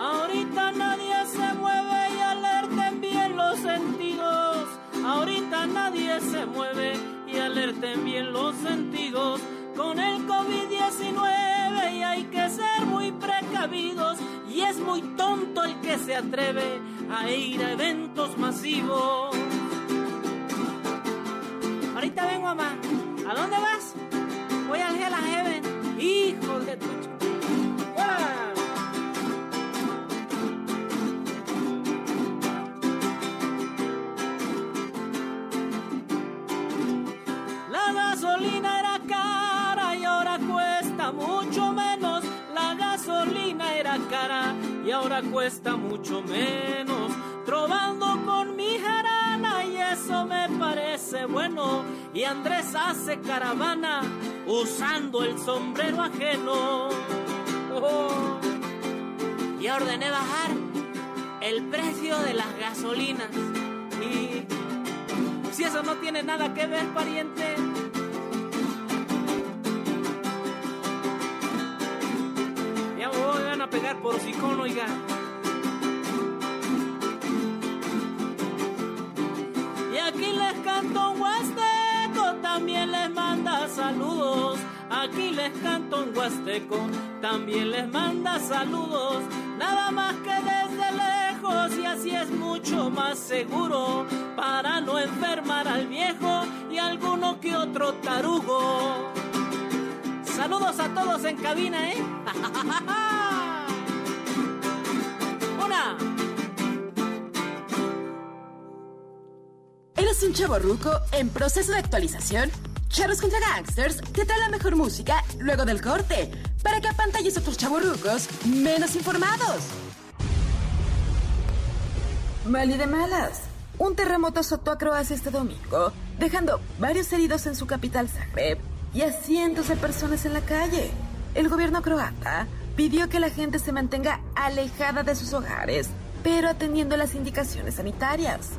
Ahorita nadie se mueve y alerten bien los sentidos. Ahorita nadie se mueve y alerten bien los sentidos. Con el COVID-19 y hay que ser muy precavidos. Y es muy tonto el que se atreve a ir a eventos masivos. Ahorita vengo, mamá. ¿A dónde vas? Voy al Hell and Heaven. Hijo de tu ch- ¡Ah! ¡Fuera! La gasolina era cara y ahora cuesta mucho menos. La gasolina era cara y ahora cuesta mucho menos. Trovando con mi jarana y eso me parece bueno. Y Andrés hace caravana usando el sombrero ajeno. Oh. Y ordené bajar el precio de las gasolinas Si eso no tiene nada que ver, pariente. Ya voy, van a pegar por hocicón, oiga. Y aquí les canto en Huasteco, también les manda saludos. Aquí les canto en Huasteco, también les manda saludos. Nada más que desde lejos y así es mucho más seguro para no enfermar al viejo y alguno que otro tarugo. Saludos a todos en cabina, ¿eh? Una. ¿Eres un chavo ruco en proceso de actualización? Charros contra Gangsters te trae la mejor música luego del corte para que apantalles a tus chavorrucos menos informados. Mal y de malas. Un terremoto azotó a Croacia este domingo, dejando varios heridos en su capital Zagreb y a cientos de personas en la calle. El gobierno croata pidió que la gente se mantenga alejada de sus hogares, pero atendiendo las indicaciones sanitarias.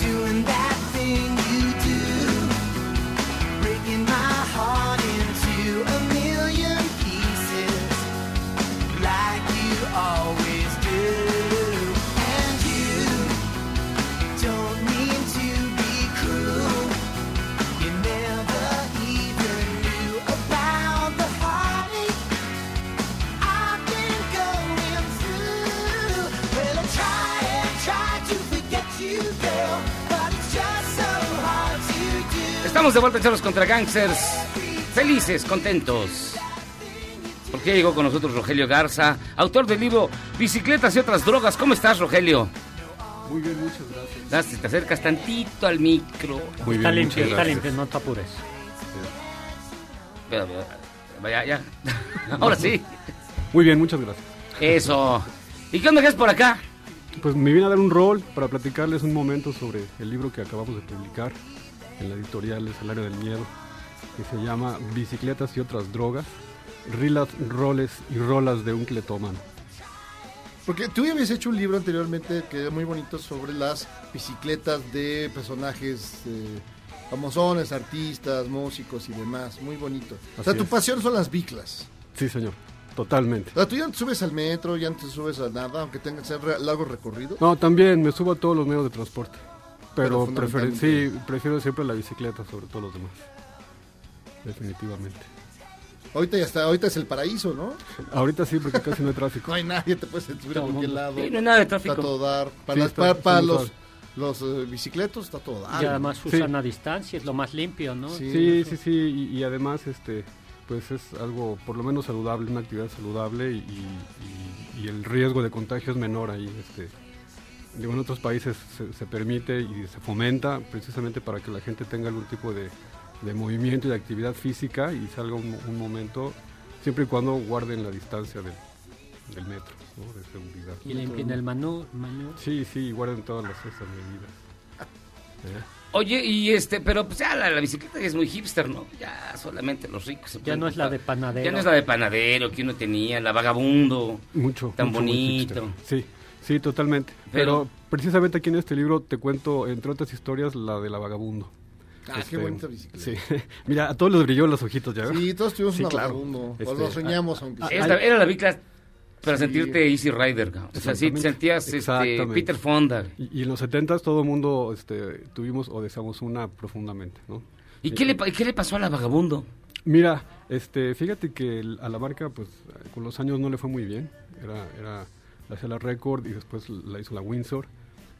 Doing that thing you do, breaking my heart into a million pieces, like you always do. And you don't mean to be cruel. You never even knew about the heartache I've been going through. Well, I try and try to forget you, girl, but it's just so hard to do. Estamos de vuelta en Charlos contra Gangsters. Felices, contentos. Porque ya llegó con nosotros Rogelio Garza, autor del libro Bicicletas y otras drogas. ¿Cómo estás, Rogelio? Muy bien, muchas gracias. Ah, si te acercas tantito al micro. Muy está bien, limpio, muchas está gracias. limpio, no te apures. Espera, espera. Vaya, ya. Ahora sí. Muy bien, muchas gracias. Eso. ¿Y qué onda que es por acá? Pues me viene a dar un rol para platicarles un momento sobre el libro que acabamos de publicar en la editorial El Salario del Miedo, que se llama Bicicletas y otras drogas, rilas, roles y rolas de un cletómano. Porque tú ya habías hecho un libro anteriormente que era muy bonito sobre las bicicletas de personajes eh, famosones, artistas, músicos y demás. Muy bonito. o sea, Así tu es. pasión son las biclas. Sí, señor, totalmente. O sea, tú ya no te subes al metro, ya no te subes a nada, aunque tenga que ser re- largo recorrido. No, también me subo a todos los medios de transporte, pero, Pero prefer- fundamentalmente- sí, prefiero siempre la bicicleta sobre todos los demás, definitivamente. Ahorita ya está, ahorita es el paraíso, ¿no? Ahorita sí, porque casi no hay tráfico. No hay nadie, te puedes subir a cualquier lado. Sí, no hay nada de tráfico. Está a todo dar. Para, Sí, las- está- para- está para muy los, suave. los eh, bicicletos está a todo dar. Y además Sí. usan a distancia, es lo más limpio, ¿no? Sí, sí, sí, y, y además este pues es algo por lo menos saludable, una actividad saludable y, y- y el riesgo de contagio es menor ahí. Este, digo, en otros países se, se permite y se fomenta precisamente para que la gente tenga algún tipo de, de movimiento y de actividad física y salga un, un momento, siempre y cuando guarden la distancia del, del metro, ¿no? de seguridad. Y limpien el manú, manú. Sí, sí, y guarden todas las esas medidas. ¿Eh? Oye, y este, pero pues ya la, la bicicleta es muy hipster, ¿no? Ya solamente los ricos se Ya pueden no es la comprar. de panadero. Ya no es la de panadero que uno tenía, la vagabundo. Mucho. Tan mucho, muy hipster. bonito. Sí, sí, totalmente. Pero- Pero, precisamente aquí en este libro te cuento, entre otras historias, la de la vagabundo. Este, Ah, qué bonita bicicleta. Sí. Mira, a todos les brilló los ojitos, ¿ya ves? Sí, todos tuvimos Sí, una claro. vagabundo, o Este, lo soñamos, aunque sea. Es la- Ah, era la bicla para Sí. sentirte Easy Rider, cabrón. o sea, sí te Exactamente. sentías este, Exactamente. Peter Fonda. Y, y en los 70 todo el mundo este, tuvimos o deseamos una profundamente, ¿no? ¿Y qué le, pa- qué le pasó a la vagabundo? Mira, este, fíjate que el- a la marca, pues, con los años no le fue muy bien. Era, era, la hacía la Record y después la hizo la Windsor.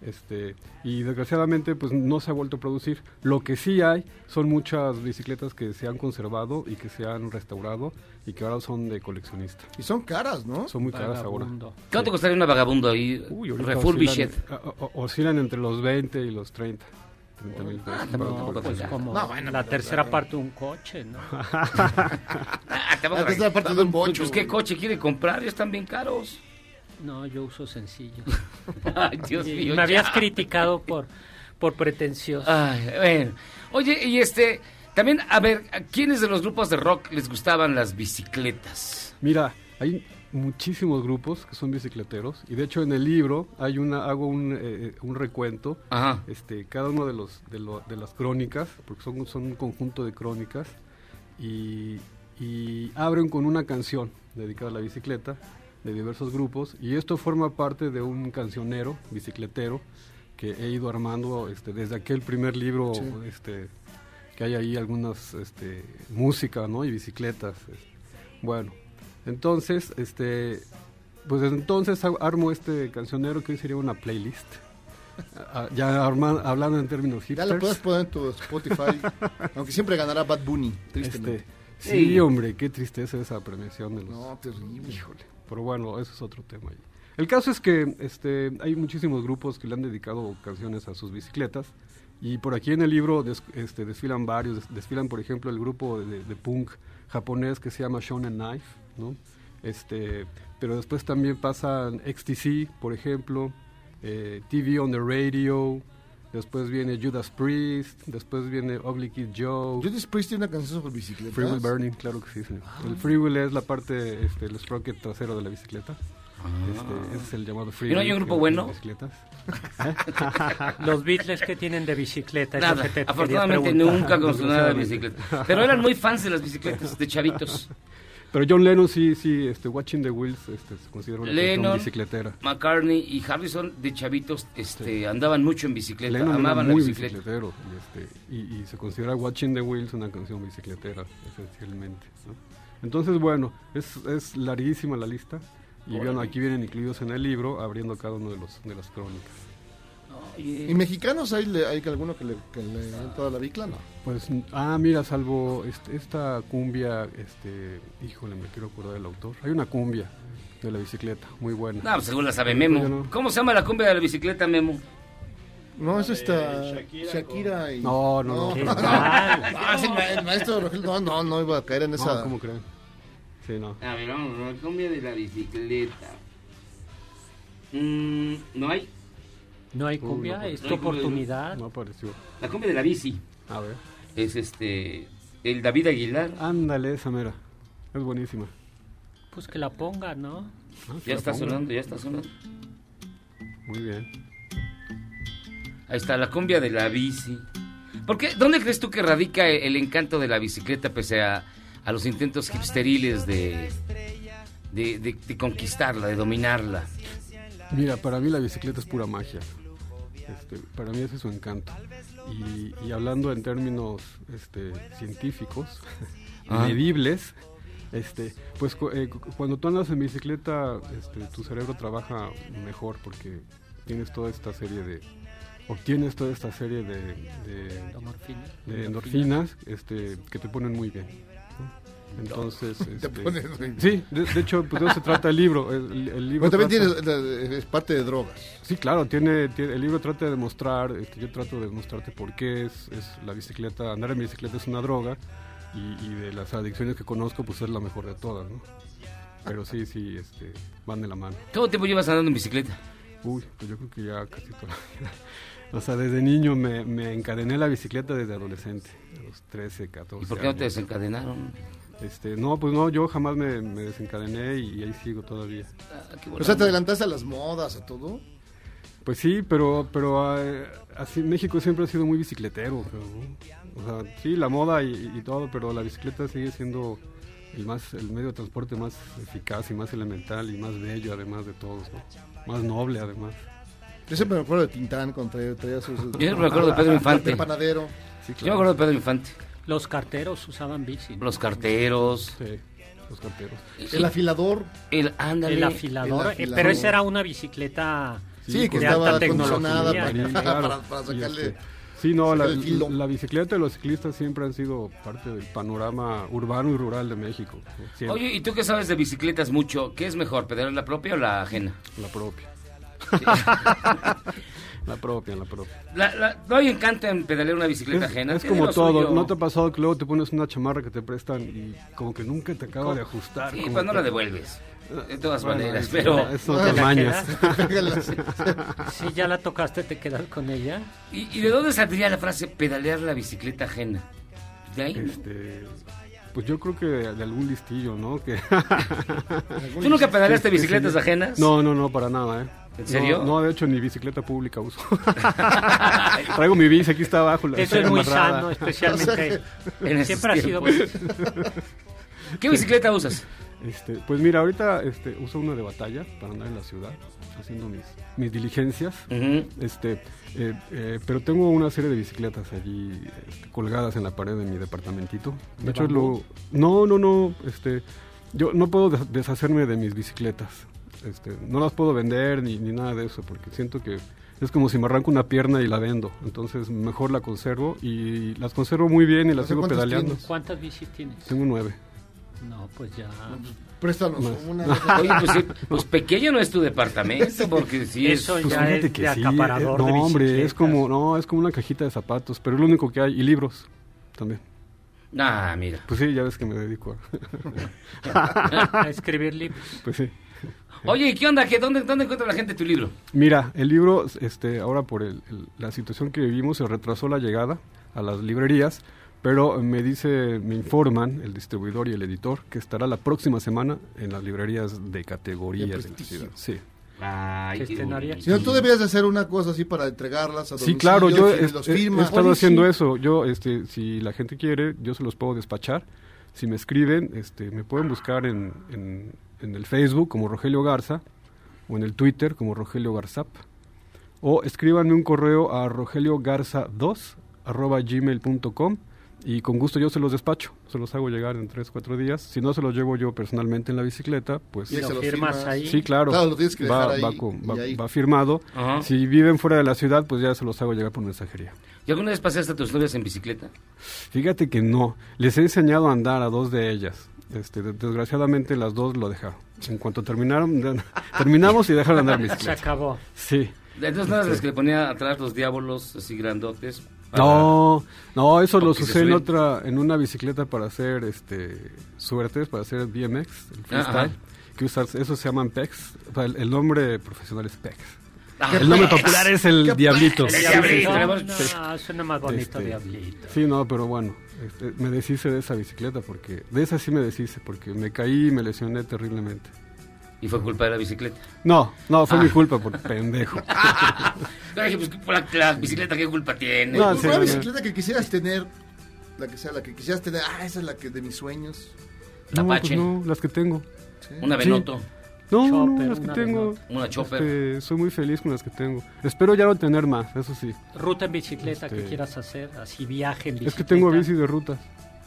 Este, y desgraciadamente, pues, no se ha vuelto a producir. Lo que sí hay son muchas bicicletas que se han conservado y que se han restaurado y que ahora son de coleccionista. Y son caras, ¿no? Son muy caras ahora. Vagabundo. ¿Cuánto costaría una vagabundo ahí? Uy, ahorita Refurbished. Oscilan, o- o- oscilan entre los 20 y los 30. 30 mil Ah, pesos. No, para una pues colección. como No, bueno, la pero- tercera parte de un coche, ¿no? Ah, te vamos a- Antes era parte de un bocho, Pues, ¿qué güey. coche quiere comprar? Ellos están bien caros. No, yo uso sencillo. Ay, Dios Y mío, Me habías ya. criticado por, por pretencioso. Ay, bueno. Oye, y este, también, a ver, ¿a quiénes de los grupos de rock les gustaban las bicicletas? Mira, hay muchísimos grupos que son bicicleteros y de hecho en el libro hay una hago un, eh, un recuento este cada uno de los de, lo- de las crónicas porque son son un conjunto de crónicas y, y abren con una canción dedicada a la bicicleta de diversos grupos y esto forma parte de un cancionero bicicletero que he ido armando este, desde aquel primer libro Sí. este que hay ahí algunas este, música ¿no? y bicicletas. Bueno, entonces, este, pues desde entonces a- armo este cancionero que hoy sería una playlist. Ah, Ya arma- hablando en términos Ya hipsters. lo puedes poner en tu Spotify. aunque siempre ganará Bad Bunny, tristemente. Este, sí, hombre, qué tristeza esa premiación de los. No, terrible. Híjole. Pero bueno, eso es otro tema. ahí. El caso es que este, hay muchísimos grupos que le han dedicado canciones a sus bicicletas. Y por aquí en el libro des- este, desfilan varios. Des- desfilan, por ejemplo, el grupo de, de punk japonés que se llama Shonen Knife, ¿no? Este, pero después también pasan XTC, por ejemplo, eh, TV on the Radio, después viene Judas Priest, después viene Ugly Kid Joe. Judas Priest tiene una canción sobre bicicletas. Ah. Freewheel burning, claro que sí, señor. El freewheel es la parte, este, el sprocket trasero de la bicicleta. Este, ese es el llamado freewheel. hay un grupo que- bueno? de Bicicletas. Los Beatles que tienen de bicicleta. Es lo Nada, que te quería afortunadamente preguntar. nunca consumí nada de Desgraciadamente. bicicleta. Pero eran muy fans de las bicicletas, de chavitos. Pero John Lennon sí, sí, este, Watching the Wheels este, se considera una canción Lennon, bicicletera. McCartney y Harrison de chavitos este, andaban mucho en bicicleta, Lennon era amaban la muy bicicleta. bicicletero y, este, y, y se considera Watching the Wheels una canción bicicletera, esencialmente. ¿no? Entonces, bueno, es, es larguísima la lista. Y Órale. bueno, aquí vienen incluidos en el libro, abriendo cada uno de, los, de las crónicas. ¿Y mexicanos hay, le- hay alguno que le, que le den toda la bicla? No. Pues, ah, mira, salvo este- esta cumbia, este, híjole, me quiero acordar del autor. Hay una cumbia de la bicicleta, muy buena. No, pues seguro la sabe Yo Memo. no. ¿Cómo se llama la cumbia de la bicicleta, Memo? No, es esta Shakira, y... No, no, no. Qué mal. Ah, sí, ma- el maestro Rogel, no, no, no iba a caer en esa... No, ¿cómo creen? Sí, no. A ver, vamos, la cumbia de la bicicleta. Mm, ¿No hay? No hay Uy, no cumbia, puede- es no tu hay cumbia, oportunidad. No apareció. La cumbia de la bici. A ver. Es este. El David Aguilar. Ándale, esa mera. Es buenísima. Pues que la ponga, ¿no? Ya está sonando, ya está sonando. Muy bien. Ahí está, la cumbia de la bici. ¿Por qué? ¿Dónde crees tú que radica e-, el, el encanto de la bicicleta pese a, a los intentos hipsteriles de, de, de- de conquistarla, de dominarla? Mira, para mí la bicicleta es pura magia. Este, para mí ese es su encanto. Y, y hablando en términos este, científicos, Ah. medibles, este, pues cu- eh, cu- cuando tú andas en bicicleta, este, tu cerebro trabaja mejor porque tienes toda esta serie de obtienes toda esta serie de, de- de endorfinas, este, que te ponen muy bien. ¿no? Entonces, este, ponen muy bien. sí, de, de hecho, pues de eso se trata el libro. El, el libro Pero también trata- tienes, eh, es parte de drogas. Sí, claro, tiene, tiene- el libro trata de demostrar, este, yo trato de demostrarte por qué es, es la bicicleta, andar en bicicleta es una droga y, y de las adicciones que conozco, pues es la mejor de todas, ¿no? Pero sí, sí, este, van de la mano. ¿Todo tiempo llevas andando en bicicleta? Uy, pues yo creo que ya casi toda la vida. O sea, desde niño me, me encadené la bicicleta desde adolescente, a los 13, 14 ¿Y por qué no te años. desencadenaron? Este, no, pues no, yo jamás me, me desencadené y, ahí sigo todavía. Ah, O sea, te adelantaste a las modas, a todo. Pues sí, pero pero eh, así México siempre ha sido muy bicicletero. creo, ¿no? O sea, sí, la moda y, y todo, pero la bicicleta sigue siendo el más el medio de transporte más eficaz y más elemental y más bello además de todos, ¿no? más noble además. Yo siempre me acuerdo de Tintán cuando traía, traía sus... Ah, Yo me acuerdo de Pedro Infante. De panadero. Yo me acuerdo de Pedro Infante. Los carteros usaban bici. ¿no? Los carteros. los carteros. El afilador. El, ándale. El afilador, eh, pero esa era una bicicleta Sí, que de estaba alta acondicionada tecnología. para- ¿no? claro. Para- para Y, sacarle- este, Sí, no, la, sacarle el filo. la bicicleta y los ciclistas siempre han sido parte del panorama urbano y rural de México. ¿no? Siempre. Oye, ¿y tú que sabes de bicicletas mucho? ¿Qué es mejor, pedalear la propia o la ajena? La propia. La propia, la propia. La- la- no hay encanto en pedalear una bicicleta ajena. Es tiene como lo todo, suyo. ¿no te ha pasado que luego te pones una chamarra que te prestan y como que nunca te acaba de ajustar? Sí, como pues no que- la devuelves. De todas Bueno, maneras, es- pero. es otras mañas. si ya la tocaste, te quedas con ella. ¿Y, y de dónde saldría la frase pedalear la bicicleta ajena? ¿De ahí? Este, pues yo creo que de algún listillo, ¿no? Que... ¿Tú nunca pedaleaste Que- que bicicletas sí. ajenas? No, no, no, para nada, ¿eh? ¿En serio? No, no, de hecho, ni bicicleta pública uso. Traigo mi bici, aquí está abajo. la- Eso es muy amarrada. sano, especialmente. En estos Siempre ha sido. tiempos. ¿Qué bicicleta usas? Este, pues mira, ahorita este, uso una de batalla para andar en la ciudad, haciendo mis, mis diligencias. este, eh, eh, pero tengo una serie de bicicletas allí este, colgadas en la pared de mi departamentito. De, ¿De hecho, bambú? lo, no, no, no. Este, yo no puedo des- deshacerme de mis bicicletas. Este, no las puedo vender ni, ni nada de eso, porque siento que es como si me arranco una pierna y la vendo. Entonces, mejor la conservo y las conservo muy bien y las sigo pedaleando. ¿Cuántas bicis tienes? Tengo nueve. No, pues ya. Préstanos Más. una. Oye, pues, sí, pues pequeño no es tu departamento, porque si es... Eso Pues fíjate que sí, eh, no, hombre, es como, no, es como una cajita de zapatos, pero es lo único que hay, y libros también. Ah, mira. Pues sí, ya ves que me dedico a... A escribir libros. Pues sí. Oye, ¿y qué onda? ¿Qué, dónde, ¿Dónde encuentra la gente tu libro? Mira, el libro, este, ahora por el- el- la situación que vivimos, se retrasó la llegada a las librerías, pero me dice, me informan el distribuidor y el editor que estará la próxima semana en las librerías de De categorías de la prestigio. ciudad. Sí. Ay, qué bonito. Si no, tú debías de hacer una cosa así para entregarlas a Sí, domicilio, claro, yo y he, los he- he firmas. estado haciendo eso. Yo, este, si la gente quiere, yo se los puedo despachar. Si me escriben, este, me pueden buscar en, en- en el Facebook como Rogelio Garza o en el Twitter como Rogelio Garzap. O escríbanme un correo a rogeliogarza2 arroba gmail.com y con gusto yo se los despacho. Se los hago llegar en 3, 4 días. Si no se los llevo yo personalmente en la bicicleta, pues... Y ahí se los firmas firmas. ahí. Sí, claro. Claro, lo tienes que va, dejar va ahí con- y va- ahí. va firmado. Ajá. Si viven fuera de la ciudad, pues ya se los hago llegar por mensajería. ¿Y alguna vez pasaste a tus novias en bicicleta? Fíjate que no. Les he enseñado a andar a dos de ellas. Este, de- desgraciadamente las dos lo dejaron. En cuanto terminaron, de- terminamos y dejaron andar mis Se acabó. Sí. Entonces no eras Este. las que le ponía atrás los diablos así grandotes. para- No, no, eso lo Porque se usé en suben. otra, en una bicicleta para hacer este suertes, para hacer BMX, el Ah, freestyle. ajá. Que usas, eso se llaman PEX. O sea, el, el nombre profesional es PEX. Ah, el nombre PEX. popular es el ¿Qué Diablito. PEX? Sí, El sí, sí. Diablito. Sí. No, suena más bonito Diablito. Sí, no, pero bueno, este, me deshice de esa bicicleta porque, de esa sí me deshice porque me caí y me lesioné terriblemente. Y fue culpa de la bicicleta. No, no, fue Ah. mi culpa por pendejo. Pero dije, pues, la, la bicicleta, ¿qué culpa tiene? No, Una bicicleta que quisieras tener, la que sea, la que quisieras tener, ah, esa es la que de mis sueños. No, pues Apache. no, las que tengo. Una Sí. Benoto. No, Chopper, no, las que una tengo. Benoto. Una Chopper. Este, soy muy feliz con las que tengo. Espero ya no tener más, eso sí. Ruta en bicicleta que Este, quieras hacer, así viaje en Es bicicleta. que tengo bici de ruta.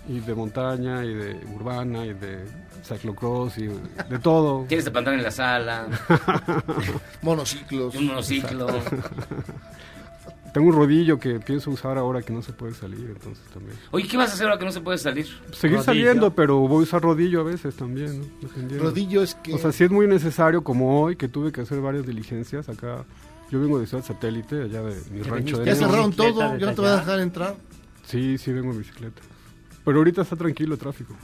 Y de montaña, y de urbana, y de cyclocross, y de todo. Tienes de pantalón en la sala. Monociclos. Un monociclo. Tengo un rodillo que pienso usar ahora que no se puede salir, entonces también. Oye, ¿qué vas a hacer ahora que no se puede salir? Seguir Rodillo. saliendo, pero voy a usar rodillo a veces también. ¿no? Dependiendo. Rodillo es que- O sea, si es muy necesario, como hoy, que tuve que hacer varias diligencias acá. Yo vengo de Ciudad Satélite, allá de mi Que rancho. viniste de Ya León. cerraron todo, ya no te voy a dejar entrar. Sí, sí, vengo en bicicleta. Pero ahorita está tranquilo el tráfico.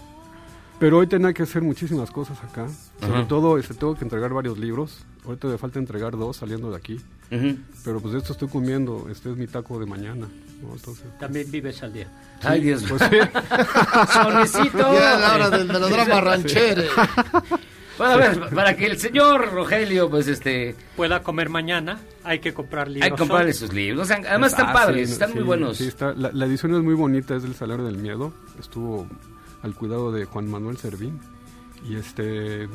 Pero hoy tenía que hacer muchísimas cosas acá. Sobre Ajá. todo, este, tengo que entregar varios libros. Ahorita me falta entregar dos saliendo de aquí. Ujú. Pero pues de esto estoy comiendo. Este es mi taco de mañana. ¿no? Entonces, También vives al día. Ay, Dios mío. pues, sí. Ya Sonecito. era la hora del melodrama ranchero. Bueno, a ver, para que el señor Rogelio, pues este. Pueda comer mañana, hay que comprar libros. Hay que comprarle hoy. sus libros. O sea, además están Ah, padres, sí, están sí, muy buenos. sí, está- la, la edición es muy bonita, es del Salario del Miedo. Estuvo al cuidado de Juan Manuel Servín. Y este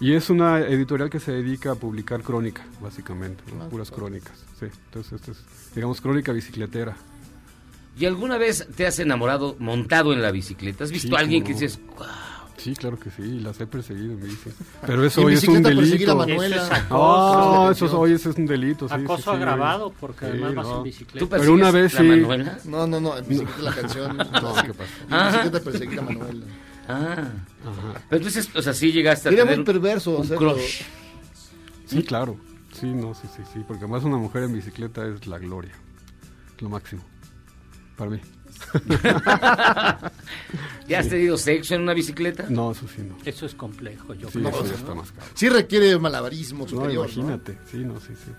y es una editorial que se dedica a publicar crónica, básicamente, ¿no? Ah, puras crónicas. Sí, entonces esto es, digamos, crónica bicicletera. ¿Y alguna vez te has enamorado montado en la bicicleta? ¿Has visto Sí, a alguien cómo que no. dices, Sí, claro que sí, las he perseguido, me dicen. Pero eso Y en hoy es un bicicleta perseguir a delito. Manuela. Eso es acoso. no, eso Eso es- es hoy es, es un delito. sí, Acoso sí, sí, hoy- agravado, porque además vas en bicicleta. ¿Tú Pero una vez persigues sí. la Manuela? No, no, no, en bicicleta la canción. pues No, ¿qué pasa? En bicicleta perseguir a Manuela. Ah. Pero entonces, o sea, sí llegaste a Era tener muy perverso un hacerlo. crush. Sí, claro. Sí, no, sí, sí, sí, porque además una mujer en bicicleta es la gloria, es lo máximo, para mí. ¿Ya has tenido sexo en una bicicleta? No, eso sí, no. Eso es complejo, yo Sí, creo. eso ya ¿no? está más caro. Sí requiere malabarismo No, superior. ¿no? imagínate, sí, no, sí, sí.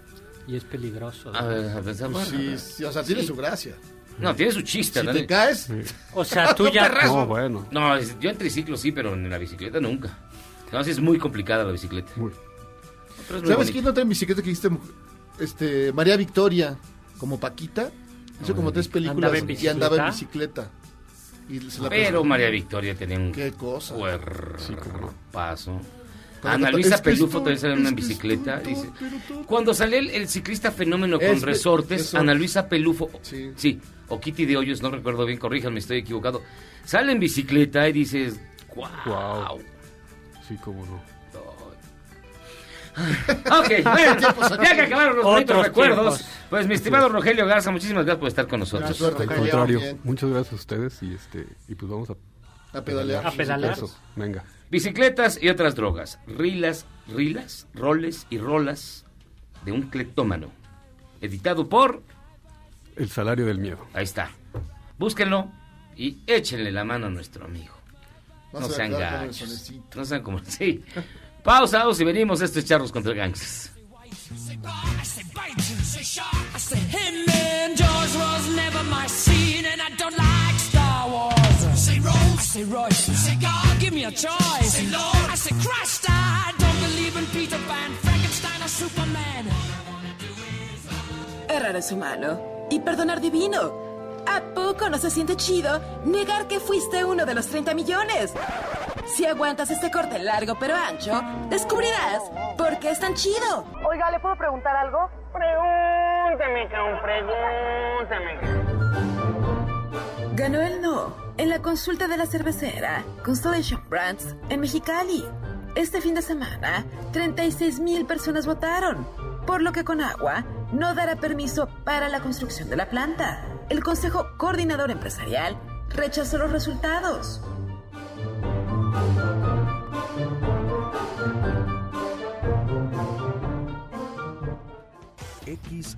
Y es peligroso. A ver, a ver, bueno, a ver. Pues Sí, sí, o sea, tiene su gracia. No, tiene su chiste, Si ¿no? te caes, O sea, tú No, ya- perrazo. No, bueno. No, es- yo en triciclo sí, pero en la bicicleta nunca. Además es muy complicada la bicicleta. Pero es muy ¿Sabes bonita. quién otra en bicicleta que hiciste? Este, María Victoria, como Paquita, hizo como tres películas ¿Andaba en y andaba en bicicleta? bicicleta. Y se la Pero presentó. María Victoria tenía un Qué cosa. paso. Pero Ana no- Luisa es que es Pelufo tú, también salió en es una que es bicicleta. tú, dice. pero tú. Cuando salió el, el ciclista fenómeno con Es pe- resortes, resortes. Ana Luisa Pelufo, sí. o Kitty de Hoyos, no recuerdo bien, corríjanme, estoy equivocado. Sale en bicicleta y dices, wow. Sí, cómo no. Ok, bueno, Tiempos ya que aquellos. acabaron los Otros bonitos recuerdos, tiempos. pues mi estimado Rogelio Garza, muchísimas gracias por estar con nosotros. Al contrario, muchas gracias a ustedes y este y pues vamos a, A pedalear. A pedalear. Eso, venga. Bicicletas y otras drogas. Rilas, rilas, roles y rolas de un cleptómano. Editado por... El salario del miedo. Ahí está. Búsquenlo y échenle la mano a nuestro amigo. No, No se sean agarra con el gachos. No sean como... Sí. Pausados y venimos a estos charros contra gangs. Say bar, I say bite, say shark, I say him and Jaws was never my scene, and I don't like Star Wars. Say Rose, I say Royce, say God, give me a choice. Say Lord, I say Christ, I don't believe in Peter Pan, Frankenstein or Superman. Errar es humano y perdonar divino. ¿A poco no se siente chido negar que fuiste uno de los 30 millones? Si aguantas este corte largo pero ancho, descubrirás por qué es tan chido. Oiga, ¿le puedo preguntar algo? Pregúntame, cabrón, pregúntame. Ganó el no en la consulta de la cervecera Constellation Brands en Mexicali. Este fin de semana, 36 mil personas votaron, por lo que Conagua no dará permiso para la construcción de la planta. El Consejo Coordinador Empresarial rechazó los resultados. X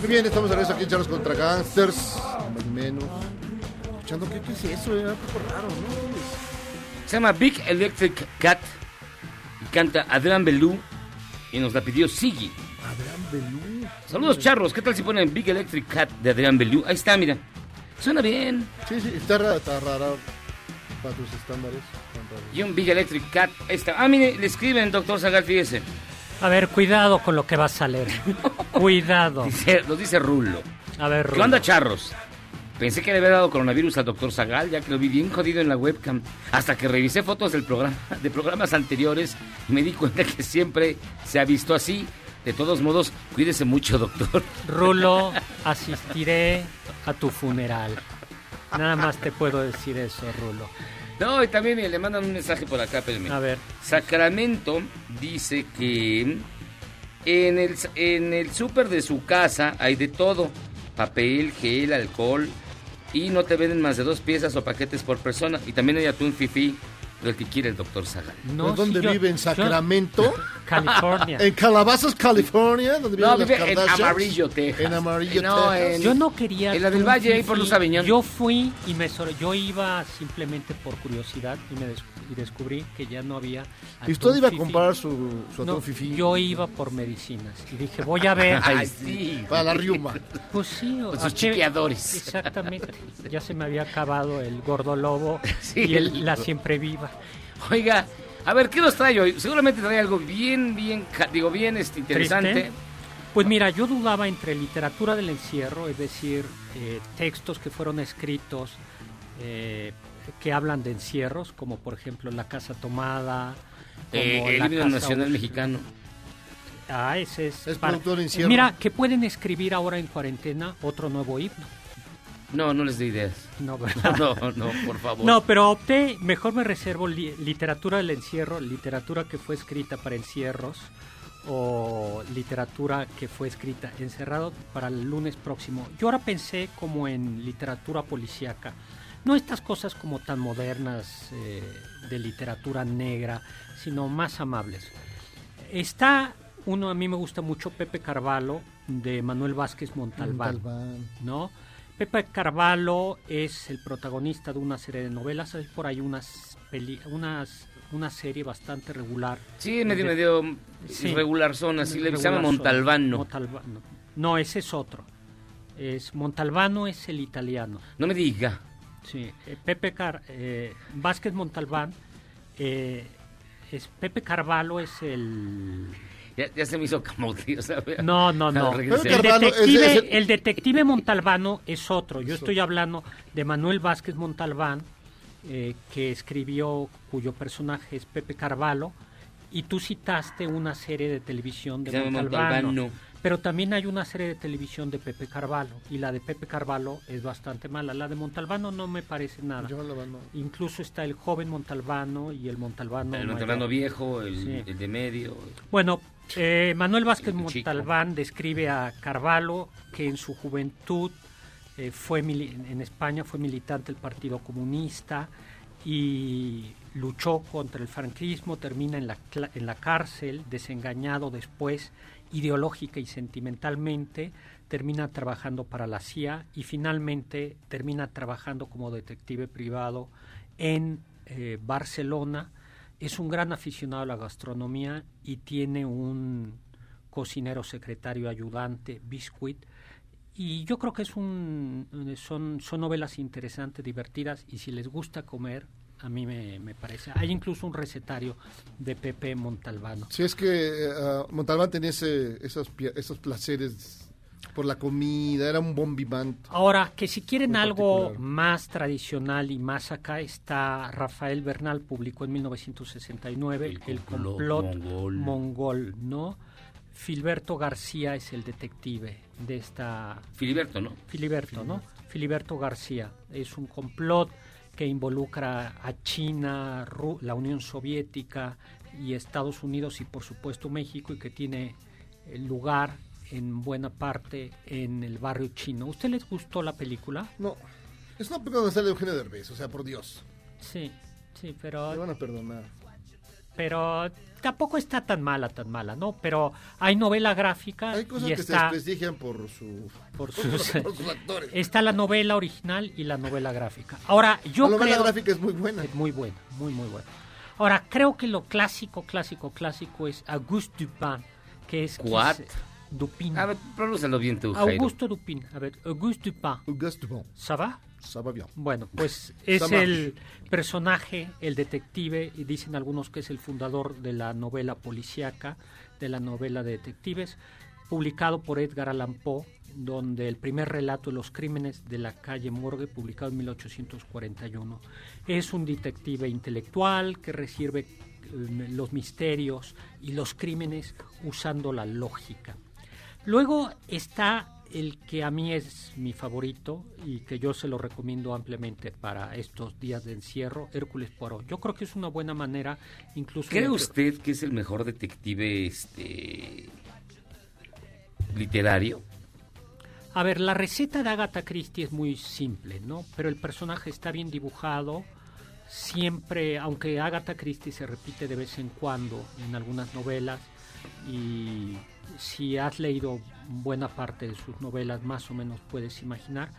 Muy bien, estamos de regreso aquí en Charlos contra Gangsters. Más o menos. Escuchando, ¿qué, qué es eso? Era un poco raro, ¿no? Se llama Big Electric Cat. Y canta Adrián Belú. Y nos la pidió Siggy. Adrián Belú. Saludos, charros. ¿Qué tal si ponen Big Electric Cat de Adrián Belú? Ahí está, mira. Suena bien. Sí, sí, está rara, está rara para tus estándares. tan raro. Y un Big Electric Cat. Ahí está. Ah, mire, le escriben, doctor Zagal, fíjese. A ver, cuidado con lo que vas a leer. cuidado. Dice- nos dice Rulo. A ver, ¿Qué Rulo. onda, charros? Pensé que le había dado coronavirus al doctor Zagal, ya que lo vi bien jodido en la webcam. Hasta que revisé fotos del programa, de programas anteriores y me di cuenta que siempre se ha visto así. De todos modos, cuídese mucho, doctor. Rulo, asistiré a tu funeral. Nada más te puedo decir eso, Rulo. No, y también mire, le mandan un mensaje por acá, espérenme. A ver. Sacramento dice que en el, en el súper de su casa hay de todo. Papel, gel, alcohol. Y no te venden más de dos piezas o paquetes por persona. Y también hay atún fifí, del que quiere el doctor Sagan. ¿Pero ¿Dónde vive? ¿En Sacramento? California. ¿En Calabazas, California? ¿Dónde No, viven las vive en Kardashians? Amarillo, Texas. En Amarillo, No, Texas. en- Yo no quería. en la del un Valle, ahí fifí. por Luz Aviñón. Yo fui y me sor- Yo iba simplemente por curiosidad y, me des- y descubrí que ya no había. ¿Y atún usted iba a fifí. comprar su, su atún No, fifí? Yo iba por medicinas y dije, voy a ver. Ay, sí. Para la riuma. Pues sí, Con ¿a sus qué- chiqueadores. Exactamente. Ya se me había acabado el gordo lobo Sí, y el- el- la siempre viva. Oiga, a ver, ¿qué nos trae hoy? Seguramente trae algo bien, bien, ca- digo, bien este, interesante. ¿Triste? Pues mira, yo dudaba entre literatura del encierro, es decir, eh, textos que fueron escritos eh, que hablan de encierros, como por ejemplo La Casa Tomada. como Eh, el La himno Casa nacional mexicano. Ah, ese es. Es producto del encierro. Mira, que pueden escribir ahora en cuarentena otro nuevo himno. No, no les dé ideas. No, ¿verdad? No, no, por favor. No, pero opté, mejor me reservo li- literatura del encierro, literatura que fue escrita para encierros o literatura que fue escrita encerrado para el lunes próximo. Yo ahora pensé como en literatura policíaca, no estas cosas como tan modernas eh, de literatura negra, sino más amables. Está uno, a mí me gusta mucho Pepe Carvalho de Manuel Vázquez Montalbán. Montalbán. ¿no? Pepe Carvalho es el protagonista de una serie de novelas, hay por ahí unas peli- unas una serie bastante regular. Sí, medio, De- medio regularzón, así le- se llama Montalbano. Montalbano. No, ese es otro. Es Montalbano es el italiano. No me diga. Sí, eh, Pepe Car eh, Vázquez Montalbán eh, es Pepe Carvalho es el Ya, ya se me hizo camote. o sea, vea. no, no, no. Regresé. El detective, el detective Montalbano es otro. Yo estoy hablando de Manuel Vázquez Montalbán, eh, que escribió, cuyo personaje es Pepe Carvalho, y tú citaste una serie de televisión de Se llama Montalbano. Montalbano. Pero también hay una serie de televisión de Pepe Carvalho, y la de Pepe Carvalho es bastante mala. La de Montalbano no me parece nada. Incluso está el joven Montalbano y el Montalbano. el mayor. Montalbano viejo, el, Sí. el de medio. Bueno, eh, Manuel Vázquez El chico. Montalbán describe a Carvalho que en su juventud eh, fue mili- en España fue militante del Partido Comunista y luchó contra el franquismo, termina en la, cla- en la cárcel, desengañado después ideológica y sentimentalmente, termina trabajando para la CIA y finalmente termina trabajando como detective privado en eh, Barcelona. Es un gran aficionado a la gastronomía y tiene un cocinero secretario ayudante, Biscuit. Y yo creo que es un, eh, son, son novelas interesantes, divertidas y si les gusta comer, a mí me, me parece. Hay incluso un recetario de Pepe Montalbano. Si es que eh, ah, Montalbán tenía ese- esos, pi- esos placeres por la comida, era un bombivante. Ahora, que si quieren Muy algo particular. más tradicional y más acá, está Rafael Bernal, publicó en 1969 El, complot complot mongol. mongol. ¿no? Filiberto García es el detective de esta... Filiberto, ¿no? Filiberto, ¿no? Filiberto García. Es un complot que involucra a China, Ru- la Unión Soviética y Estados Unidos y por supuesto México y que tiene eh, lugar en buena parte en el barrio chino. ¿Usted les gustó la película? No. Es una película donde sale Eugenio Derbez, o sea, por Dios. Sí, sí, pero... Me van a perdonar. Pero tampoco está tan mala, tan mala, ¿no? Pero hay novela gráfica Hay cosas y que está... se desprestigian por su... por sus, por sus actores. está la novela original y la novela gráfica. Ahora, yo La novela creo- gráfica es muy buena. Es muy buena, muy, muy buena. Ahora, creo que lo clásico, clásico, clásico es Auguste Dupin, que es... ¿What? quince- Dupin. A ver, pronúncialo bien tú, Jairo. Auguste Dupin, a ver, Auguste Dupin. Auguste Dupin. ¿Ça va? Ça va bien. Bueno, pues es Ça marche. el personaje, el detective, y dicen algunos que es el fundador de la novela policíaca, de la novela de detectives, publicado por Edgar Allan Poe, donde el primer relato de los crímenes de la calle Morgue, publicado en 1841. Es un detective intelectual que recibe eh, los misterios y los crímenes usando la lógica. Luego está el que a mí es mi favorito y que yo se lo recomiendo ampliamente para estos días de encierro, Hércules Poirot. Yo creo que es una buena manera, incluso... ¿Cree usted que es el mejor detective este literario? A ver, la receta de Agatha Christie es muy simple, ¿no? Pero el personaje está bien dibujado. Siempre, aunque Agatha Christie se repite de vez en cuando en algunas novelas, y si has leído buena parte de sus novelas, más o menos puedes imaginar.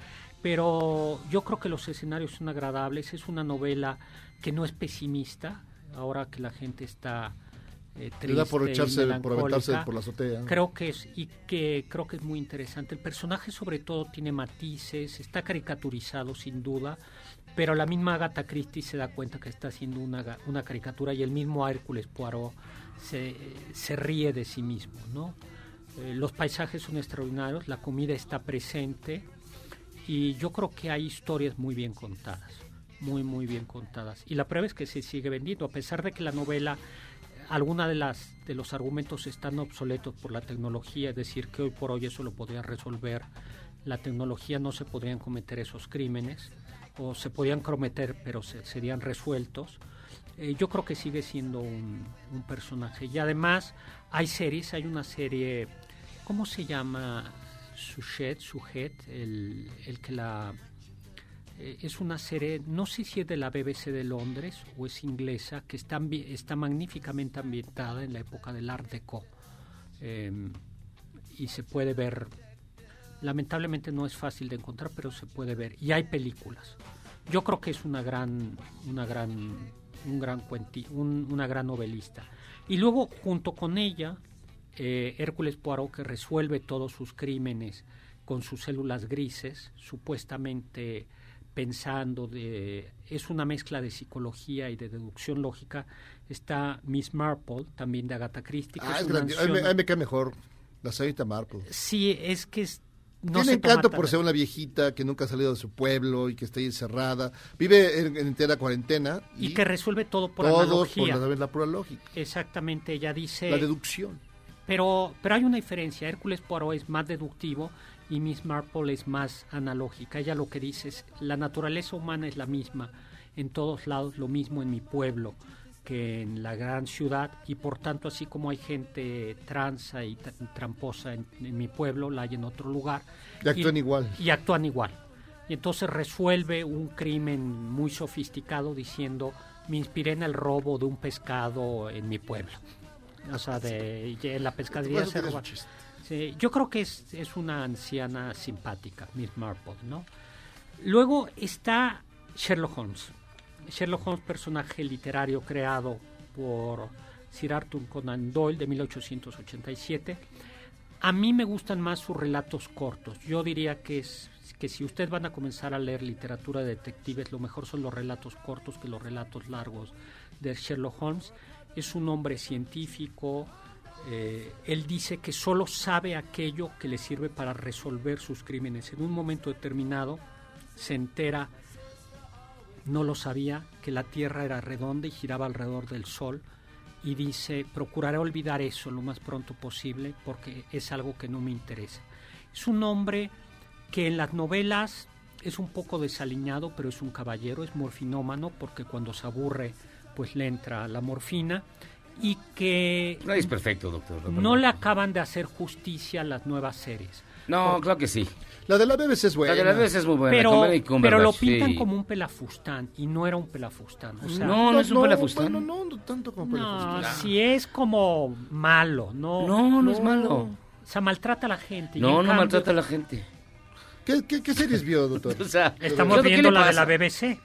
Pero yo creo que los escenarios son agradables. Es una novela que no es pesimista, ahora que la gente está eh, Le da por triste y echarse- por aventarse melancólica. por la azotea. Creo que es, y que creo que es muy interesante. El personaje sobre todo tiene matices, está caricaturizado sin duda, pero la misma Agatha Christie se da cuenta que está haciendo una, ga- una caricatura y el mismo Hércules Poirot se, se ríe de sí mismo, ¿no? Eh, los paisajes son extraordinarios, la comida está presente y yo creo que hay historias muy bien contadas, muy, muy bien contadas. Y la prueba es que se sigue vendiendo, a pesar de que la novela, alguna de las de los argumentos están obsoletos por la tecnología, es decir, que hoy por hoy eso lo podría resolver la tecnología, no se podrían cometer esos crímenes, o se podían cometer, pero se, serían resueltos. Eh, yo creo que sigue siendo un, un personaje. Y además hay series, hay una serie, ¿cómo se llama? Sujet, Sujet, el, el que la... eh, es una serie, no sé si es de la BBC de Londres o es inglesa, que está, ambi- está magníficamente ambientada en la época del Art Deco. Eh, y se puede ver, lamentablemente no es fácil de encontrar, pero se puede ver. Y hay películas. Yo creo que es una gran, una gran, un gran cuenti, un- una gran novelista. Y luego, junto con ella, eh, Hércules Poirot que resuelve todos sus crímenes con sus células grises, supuestamente pensando de es una mezcla de psicología y de deducción lógica. Está Miss Marple, también de Agatha Christie. que Ah, es es una grandioso. Ahí me, anciana- ahí me cae mejor. La señorita Marco. Sí, es que es, no Tiene se toma encanto tan- por ser una viejita que nunca ha salido de su pueblo y que está ahí encerrada. Vive en, en entera cuarentena. y que resuelve todo por todos analogía. por la, la pura lógica. Exactamente, ella dice La deducción. Pero, pero hay una diferencia. Hércules Poirot es más deductivo y Miss Marple es más analógica. Ella lo que dice es, la naturaleza humana es la misma en todos lados, lo mismo en mi pueblo que en la gran ciudad y por tanto así como hay gente tranza y tra- tramposa en, en mi pueblo, la hay en otro lugar. Y actúan igual. Y actúan igual. Y entonces resuelve un crimen muy sofisticado diciendo, me inspiré en el robo de un pescado en mi pueblo. O sea, de, y en la pescadería Por eso se tiene su roba. Sí, yo creo que es, es una anciana simpática, Miss Marple, ¿no? Luego está Sherlock Holmes. Sherlock Holmes, personaje literario creado por Sir Arthur Conan Doyle de 1887. A mí me gustan más sus relatos cortos. Yo diría que es que si ustedes van a comenzar a leer literatura de detectives, lo mejor son los relatos cortos que los relatos largos de Sherlock Holmes. Es un hombre científico. eh, él dice que solo sabe aquello que le sirve para resolver sus crímenes. En un momento determinado se entera no lo sabía, que la Tierra era redonda y giraba alrededor del Sol. Y dice, procuraré olvidar eso lo más pronto posible porque es algo que no me interesa. Es un hombre que en las novelas es un poco desaliñado, pero es un caballero, es morfinómano porque cuando se aburre pues le entra la morfina y que Nadie es perfecto, doctor. no le acaban de hacer justicia a las nuevas series. No, Porque- claro que sí. La de la BBC es buena. La de la BBC es muy buena. pero, con Benedict pero Cumberbatch, lo pintan sí. como un pelafustán y no era un pelafustán. o sea- no, no es un pelafustán. Bueno, no, no tanto como No, pelafustán. si es como malo, no. No, no es malo. O sea, maltrata a la gente. y No, en no cambio- maltrata a la gente. ¿Qué, qué, qué series vio, doctor? O sea, Estamos ¿qué le viendo la de pasa? la BBC.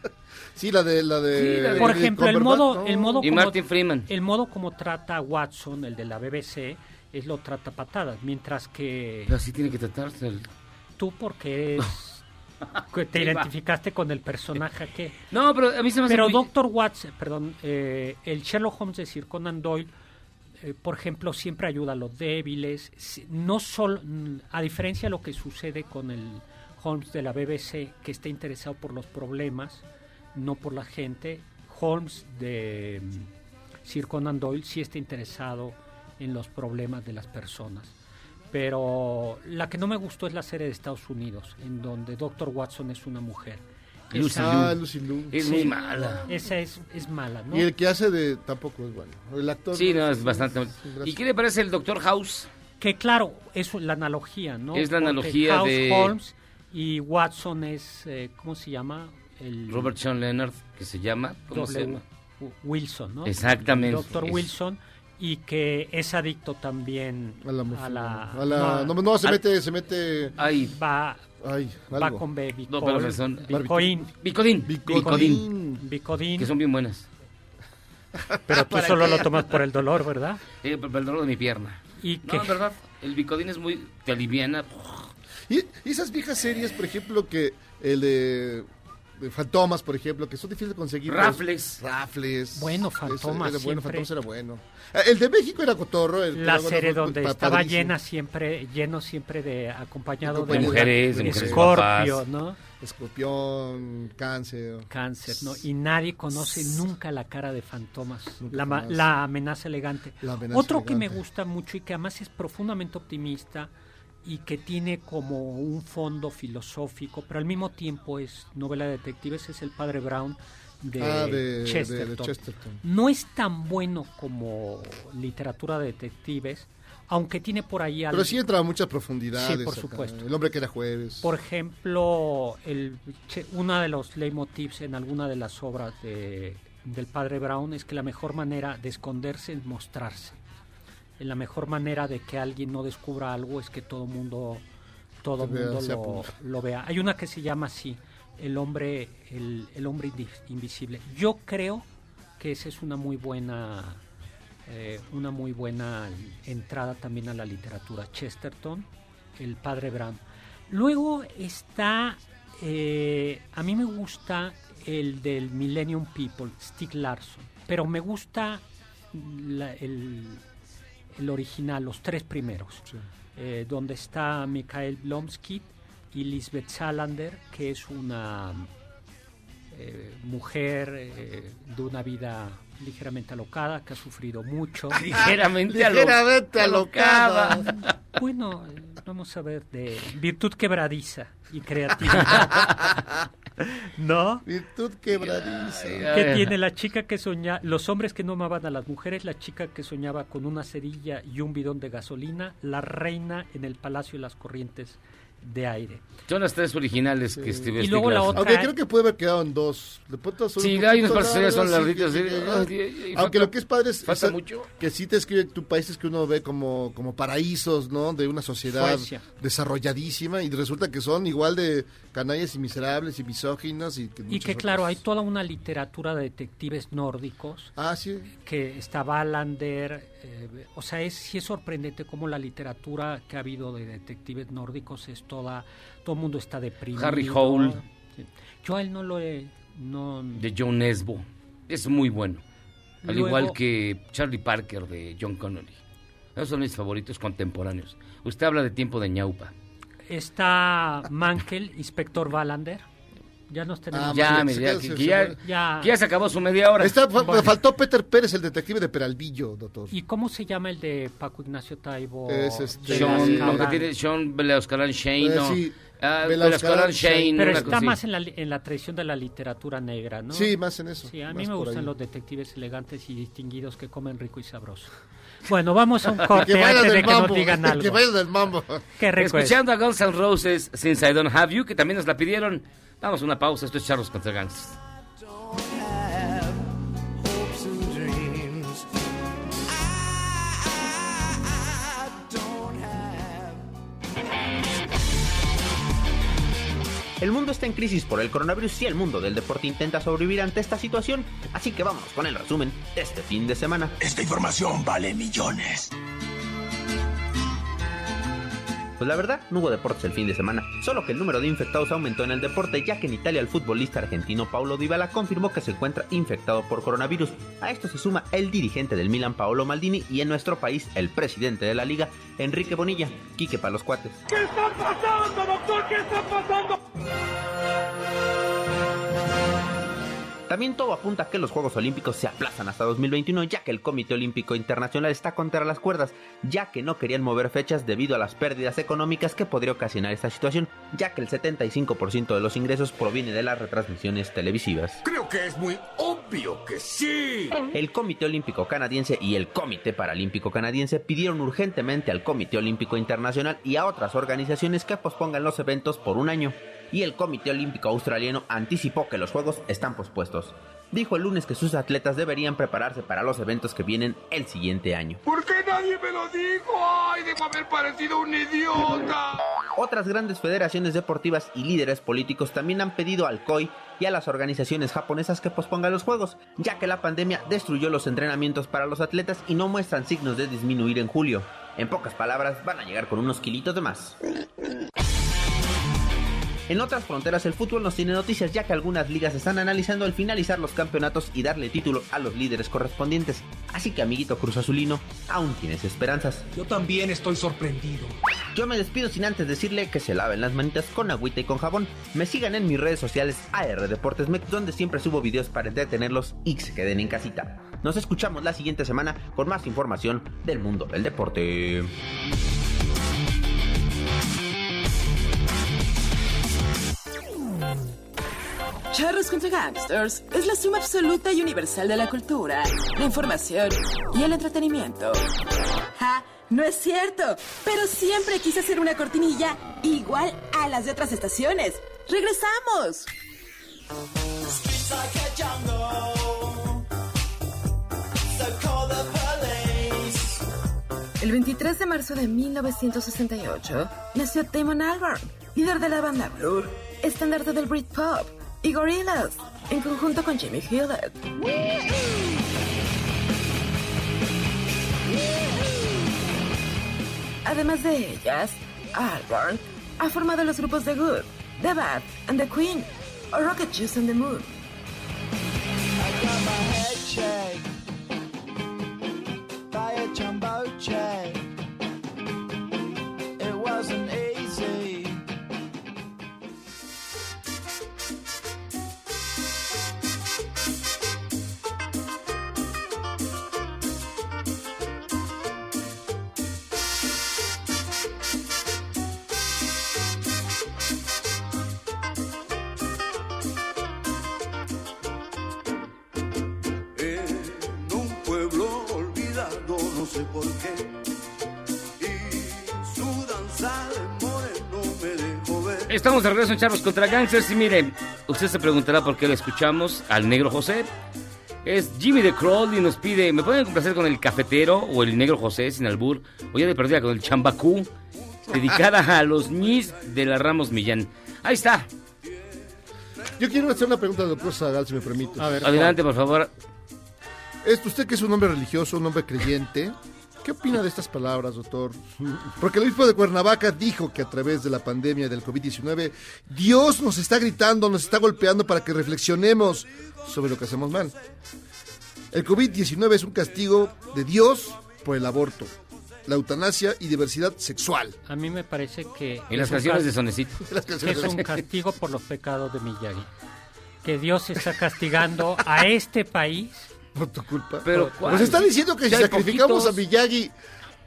Sí, la de... La de Sí, la de- Por Benedict ejemplo, el Cumberbatch, modo, eh, no. el modo Y Martin Freeman. el modo como trata a Watson, el de la BBC, es lo trata a patadas, mientras que Pero así tiene que tratarse. el- tú porque eres- que te Ahí va. identificaste con el personaje que No, pero a mí se me hace Pero muy- Doctor Watts, perdón, eh, el Sherlock Holmes de Sir Conan Doyle, eh, por ejemplo, siempre ayuda a los débiles. Si- No solo, mm, a diferencia de lo que sucede con el Holmes de la BBC, que está interesado por los problemas, no por la gente. Holmes de mm, Sir Conan Doyle sí está interesado en los problemas de las personas. Pero la que no me gustó es la serie de Estados Unidos, en donde Doctor Watson es una mujer. Lucy Esa- Liu. Ah, Lucy Liu. Es muy mala. Esa es, es mala, ¿no? Y el que hace de... Tampoco es bueno. El actor... Sí, no, es bastante... un gran- ¿Y qué le parece el doctor House? Que claro, es la analogía, ¿no? Es la Porque analogía House de- Holmes y Watson es, eh, ¿cómo se llama? El Robert Sean Leonard, que se llama... ¿Cómo se W. llama? Wilson, ¿no? Exactamente. Doctor Es- Wilson y que es adicto también a la... A la- no, no, se al- mete... Se mete... Ay. Va, Ay, va algo. con Baby No, pero son- Bicoin. Bicodín. Bicodín. Bicodín. Que son bien buenas. Pero tú ¿Para solo qué? lo tomas por el dolor, ¿verdad? Eh, por el dolor de mi pierna. ¿Y no, qué? en verdad, el bicodín es muy... Te aliviana. Y, y esas viejas series, por ejemplo, que el de de fantomas, por ejemplo, que son difíciles de conseguir. Rafles. pues, Rafles. Bueno, Ese Fantomas Era bueno, siempre. fantomas era bueno. Eh, El de México era cotorro. el- La era serie bueno, donde pa- estaba padrísimo. llena siempre, lleno siempre de acompañado de, Compañía. Scorpio, ¿no? Escorpión, cáncer. Cáncer, ¿no? Y nadie conoce nunca la cara de fantomas. Nunca La, ma- jamás. la amenaza elegante. La amenaza Otro que me elegante. gusta mucho y que además es profundamente optimista y que tiene como un fondo filosófico, pero al mismo tiempo es novela de detectives, es El Padre Brown de, Ah, de- de- de Chesterton. Chesterton. No es tan bueno como literatura de detectives, aunque tiene por ahí algo. Pero sí entraba muchas profundidades. Sí, por acá. supuesto. El hombre que era jueves. Por ejemplo, el, che- una de los leitmotivs en alguna de las obras de- del padre Brown es que la mejor manera de esconderse es mostrarse. Eh, La mejor manera de que alguien no descubra algo es que todo mundo, todo Que vea, mundo se lo, apunta. lo vea. Hay una que se llama así, el hombre, el, el hombre indi- invisible. Yo creo que esa es una muy buena, eh, una muy buena entrada también a la literatura. Chesterton, el padre Brown. Luego está, eh, a mí me gusta el del Millennium People, Stig Larsson, pero me gusta la- el, el original, los tres primeros, eh, donde está Mikhail Blomsky y Lisbeth Salander, que es una eh, mujer eh, de una vida ligeramente alocada, que ha sufrido mucho. Ligeramente alo- Ligeramente alocada. alocada. Bueno, eh, vamos a ver, de virtud quebradiza y creatividad. ¿No? Virtud quebradiza. que tiene la chica que soñaba, los hombres que no amaban a las mujeres, la chica que soñaba con una cerilla y un bidón de gasolina, la reina en el palacio de las corrientes de aire. Son las tres originales que escribió Y luego Steve la Larsson. otra- Aunque creo que puede haber quedado en dos. De pronto son Sí, un hay poquito unas partes que largas, son sí, largas, que- sí. que- Ah, y- y Aunque falta- lo que es padre es falta esa- mucho. que sí te escribe tu países que uno ve como, como paraísos, ¿no? De una sociedad Suecia. desarrolladísima y resulta que son igual de canallas y miserables y misóginos y que, Y muchas que otras. claro, hay toda una literatura de detectives nórdicos. Ah, Que está Wallander. eh, o sea, es, sí es sorprendente cómo la literatura que ha habido de detectives nórdicos es toda. Todo el mundo está deprimido. Harry Hole. Sí. Yo a él no lo he. No, De John Nesbo. Es muy bueno. Al Luego- igual que Charlie Parker de John Connolly. Esos son mis favoritos contemporáneos. Usted habla de tiempo de ñaupa. Está Mankel, inspector Wallander. Ya nos tenemos. Ah, Ya, Mankel, me- ya, sí, que- sí, que ya- sí. que ya se acabó su media hora. Está- fa- Bueno. Faltó Peter Pérez, el detective de Peralvillo, doctor. ¿Y cómo se llama el de Paco Ignacio Taibo? Eh, Es este- De Sean, las lo que Cabran? tiene Sean Belauscarán Shane. Eh, no. sí. Ah, Belauscarán Belauscarán Shane. Pero una está cosa así. más en la, li- en la tradición de la literatura negra, ¿no? Sí, más en eso, Sí, a más mí me por gustan ahí. los detectives elegantes y distinguidos que comen rico y sabroso. Bueno, vamos a un corte Que bailan antes de el que mambo, nos digan que algo. bailan del mambo. Qué rico es. Escuchando a Guns N' Roses, Since I Don't Have You, que también nos la pidieron. Vamos a una pausa. Esto es Charlos contra Gangsters. hopes and dreams. I, I, I don't have. El mundo está en crisis por el coronavirus y el mundo del deporte intenta sobrevivir ante esta situación, así que vámonos con el resumen de este fin de semana. Esta información vale millones. Pues la verdad, no hubo deportes el fin de semana, solo que el número de infectados aumentó en el deporte ya que en Italia el futbolista argentino Paulo Dybala confirmó que se encuentra infectado por coronavirus. A esto se suma el dirigente del Milan Paolo Maldini y en nuestro país el presidente de la liga Enrique Bonilla, Quique para los cuates. ¿Qué está pasando, doctor? ¿Qué está pasando? También todo apunta a que los Juegos Olímpicos se aplazan hasta 2021, ya que el Comité Olímpico Internacional está contra las cuerdas, ya que no querían mover fechas debido a las pérdidas económicas que podría ocasionar esta situación, ya que el 75% de los ingresos proviene de las retransmisiones televisivas. Creo que es muy obvio que sí. El Comité Olímpico Canadiense y el Comité Paralímpico Canadiense pidieron urgentemente al Comité Olímpico Internacional y a otras organizaciones que pospongan los eventos por un año. Y el Comité Olímpico Australiano anticipó que los Juegos están pospuestos. Dijo el lunes que sus atletas deberían prepararse para los eventos que vienen el siguiente año. ¿Por qué nadie me lo dijo? ¡Ay, debo haber parecido un idiota! Otras grandes federaciones deportivas y líderes políticos también han pedido al COI y a las organizaciones japonesas que pospongan los juegos, ya que la pandemia destruyó los entrenamientos para los atletas y no muestran signos de disminuir en julio. En pocas palabras, van a llegar con unos kilitos de más. En otras fronteras el fútbol nos tiene noticias ya que algunas ligas están analizando el finalizar los campeonatos y darle títulos a los líderes correspondientes. Así que amiguito Cruz Azulino, aún tienes esperanzas. Yo también estoy sorprendido. Yo me despido sin antes decirle que se laven las manitas con agüita y con jabón. Me sigan en mis redes sociales AR Deportes Mex, donde siempre subo videos para entretenerlos y que se queden en casita. Nos escuchamos la siguiente semana con más información del mundo del deporte. Charros contra Gangsters es la suma absoluta y universal de la cultura, la información y el entretenimiento. ¡Ja! Ah, No es cierto, pero siempre quise hacer una cortinilla igual a las de otras estaciones. ¡Regresamos! El 23 de marzo de 1968 nació Damon Albarn, líder de la banda Blur, estandarte del Britpop y Gorillaz, en conjunto con Jimmy Hewlett. Además de ellas, Albarn ha formado los grupos The Good, The Bad and The Queen o Rocket Juice and the Moon. by a jumbo jet. It wasn't easy. en un pueblo olvidado, no sé por qué. Y su danza de moreno me dejó ver. Estamos de regreso en Charlos contra Gangsters y mire, usted se preguntará por qué lo escuchamos al negro José. Es Jimmy de Crawl y nos pide, ¿me pueden complacer con el cafetero o el negro José sin albur? O ya de perdida con el chambacú, dedicada a los ñis de la Ramos Millán. Ahí está. Yo quiero hacer una pregunta al doctor Zagal, si me permite. Adelante, por favor. Es usted que es un hombre religioso, un hombre creyente. ¿Qué opina de estas palabras, doctor? Porque el obispo de Cuernavaca dijo que a través de la pandemia del COVID-19, Dios nos está gritando, nos está golpeando para que reflexionemos sobre lo que hacemos mal. El COVID-19 es un castigo de Dios por el aborto, la eutanasia y diversidad sexual. A mí me parece que... Y las es un canciones cas- de Sonecito. Las canciones Es de un Sonecito. castigo por los pecados de Miyagi. Que Dios está castigando a este país... Por tu culpa. Pero, Nos está diciendo que si sacrificamos a Miyagi,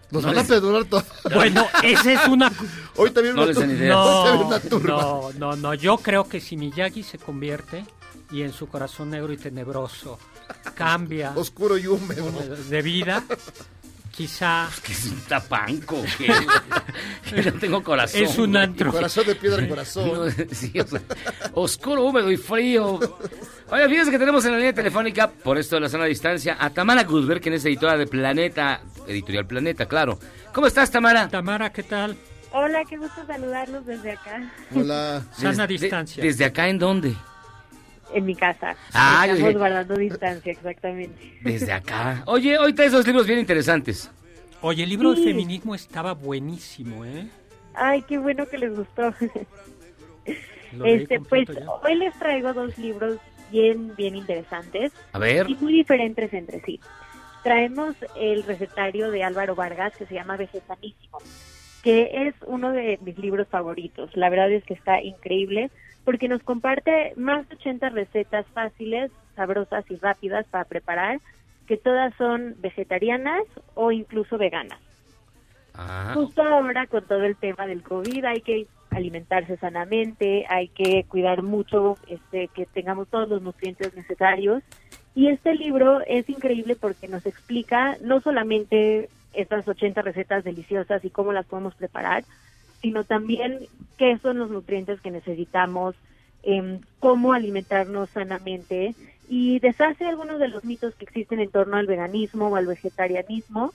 nos No van a les- perdonar todo. Bueno, esa es una... Hoy también una tur- hoy también No, una turba. no, no, no, yo creo que si Miyagi se convierte y en su corazón negro y tenebroso cambia... Oscuro y húmedo. De vida, quizá... Que es un tapanco. Que que no tengo corazón. Es un güey. antro. Corazón de piedra al corazón. No, sí, o sea, oscuro, húmedo y frío. Oye, fíjense que tenemos en la línea telefónica, por esto de la zona de distancia, a Tamara Guzber, quien es editora de Planeta, Editorial Planeta, claro. ¿Cómo estás, Tamara? Tamara, ¿qué tal? Hola, qué gusto saludarlos desde acá, Hola. Sana distancia. ¿Desde acá en dónde? en mi casa. Ah, yo Estamos dije- guardando distancia, exactamente. Desde acá. Oye, hoy traes dos libros bien interesantes. Oye, el libro de Sí. feminismo estaba buenísimo, ¿eh? Ay, qué bueno que les gustó. Lo leí Este, pues completo ya. hoy les traigo dos libros bien, bien interesantes A ver. y muy diferentes entre sí. Traemos el recetario de Álvaro Vargas que se llama Vegesanísimo, que es uno de mis libros favoritos. La verdad es que está increíble porque nos comparte más de 80 recetas fáciles, sabrosas y rápidas para preparar, que todas son vegetarianas o incluso veganas. Ah, Justo ahora con todo el tema del COVID hay que alimentarse sanamente, hay que cuidar mucho este, que tengamos todos los nutrientes necesarios. Y este libro es increíble porque nos explica no solamente estas 80 recetas deliciosas y cómo las podemos preparar, sino también qué son los nutrientes que necesitamos, em, cómo alimentarnos sanamente y deshace algunos de los mitos que existen en torno al veganismo o al vegetarianismo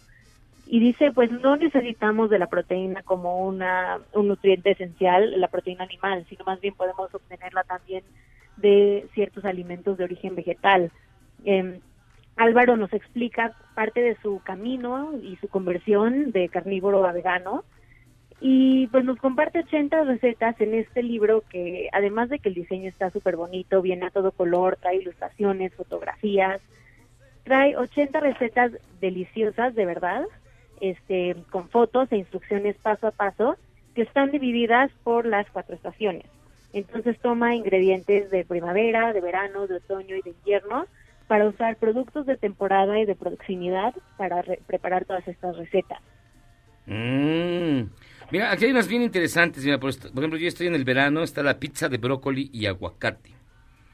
y dice pues no necesitamos de la proteína como una un nutriente esencial la proteína animal sino más bien podemos obtenerla también de ciertos alimentos de origen vegetal Em, Álvaro nos explica parte de su camino y su conversión de carnívoro a vegano Y pues nos comparte 80 recetas en este libro que además de que el diseño está súper bonito, viene a todo color, trae ilustraciones, fotografías, trae 80 recetas deliciosas de verdad, este, con fotos e instrucciones paso a paso que están divididas por las cuatro estaciones. Entonces toma ingredientes de primavera, de verano, de otoño y de invierno para usar productos de temporada y de proximidad para re- preparar todas estas recetas. Mm. Mira, aquí hay unas bien interesantes. Mira, por, est- por ejemplo, yo estoy en el verano, está la pizza de brócoli y aguacate.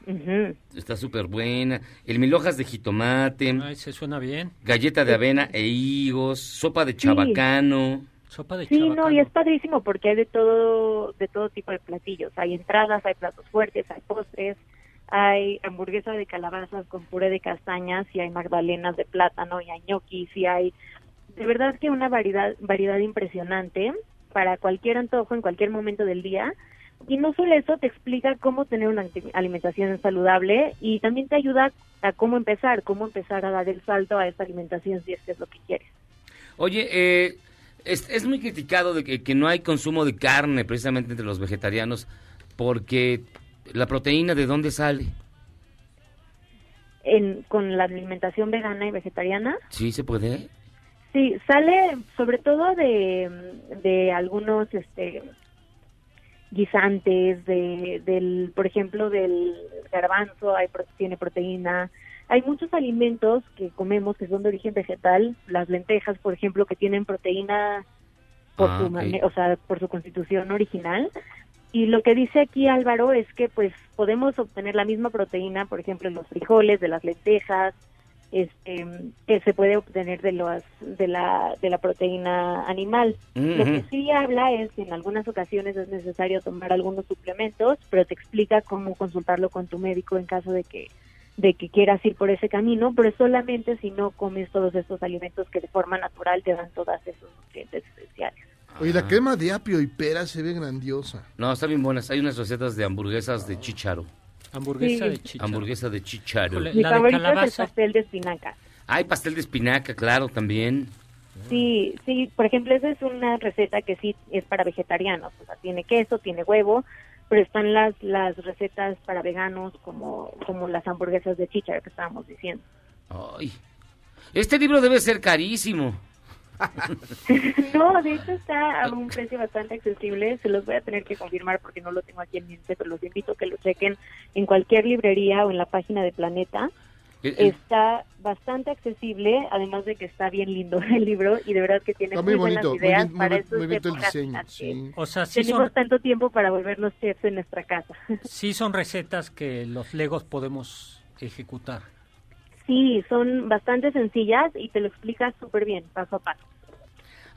Ujú. Está súper buena. El mil hojas de jitomate. Ay, se suena bien. Galleta de avena e higos. Sopa de chabacano. Sopa de Sí, no, y es padrísimo porque hay de todo, de todo tipo de platillos. Hay entradas, hay platos fuertes, hay postres, hay hamburguesa de calabazas con puré de castañas y hay magdalenas de plátano y hay ñoquis y hay... De verdad que una variedad, variedad impresionante para cualquier antojo en cualquier momento del día. Y no solo eso, te explica cómo tener una anti- alimentación saludable y también te ayuda a cómo empezar, cómo empezar a dar el salto a esta alimentación si es que es lo que quieres. Oye, eh, es, es muy criticado de que, que no hay consumo de carne precisamente entre los vegetarianos porque la proteína de dónde sale. en, con la alimentación vegana y vegetariana. Sí, se puede. Sí, sale sobre todo de, de algunos este, guisantes, de, del, por ejemplo, del garbanzo, hay, pro- tiene proteína. Hay muchos alimentos que comemos que son de origen vegetal, las lentejas, por ejemplo, que tienen proteína por, Ah, su, ok. mane- o sea, por su constitución original. Y lo que dice aquí Álvaro es que pues podemos obtener la misma proteína, por ejemplo, en los frijoles, de las lentejas, este, que se puede obtener de, los, de, la, de la proteína animal. Lo que Ujú. sí habla es que en algunas ocasiones es necesario tomar algunos suplementos, pero te explica cómo consultarlo con tu médico en caso de que de que quieras ir por ese camino, pero solamente si no comes todos estos alimentos que de forma natural te dan todos esos nutrientes esenciales. Oye, la crema de apio y pera se ve grandiosa. No, están bien buenas. Hay unas recetas de hamburguesas de chícharo. Hamburguesa Sí. de chícharo. Hamburguesa de Ah. chícharo. Mi favorito es el pastel de espinaca. Hay pastel de espinaca, claro, también. Sí, sí, por ejemplo, esa es una receta que sí es para vegetarianos, o sea, tiene queso, tiene huevo, pero están las las recetas para veganos como como las hamburguesas de chícharo que estábamos diciendo. Ay. Este libro debe ser carísimo. No, de hecho está a un precio bastante accesible. Se los voy a tener que confirmar porque no lo tengo aquí en mente, pero los invito a que lo chequen en cualquier librería o en la página de Planeta. Eh, eh, Está bastante accesible, además de que está bien lindo el libro y de verdad que tiene Está muy buenas bonito, muy ideas bien- muy para bien- estos muy bonito el épocas en diseño, las que sí. O sea, sí tenemos son- tanto tiempo para volvernos chefs en nuestra casa. Sí, son recetas que los legos podemos ejecutar. Sí, son bastante sencillas y te lo explicas súper bien, paso a paso.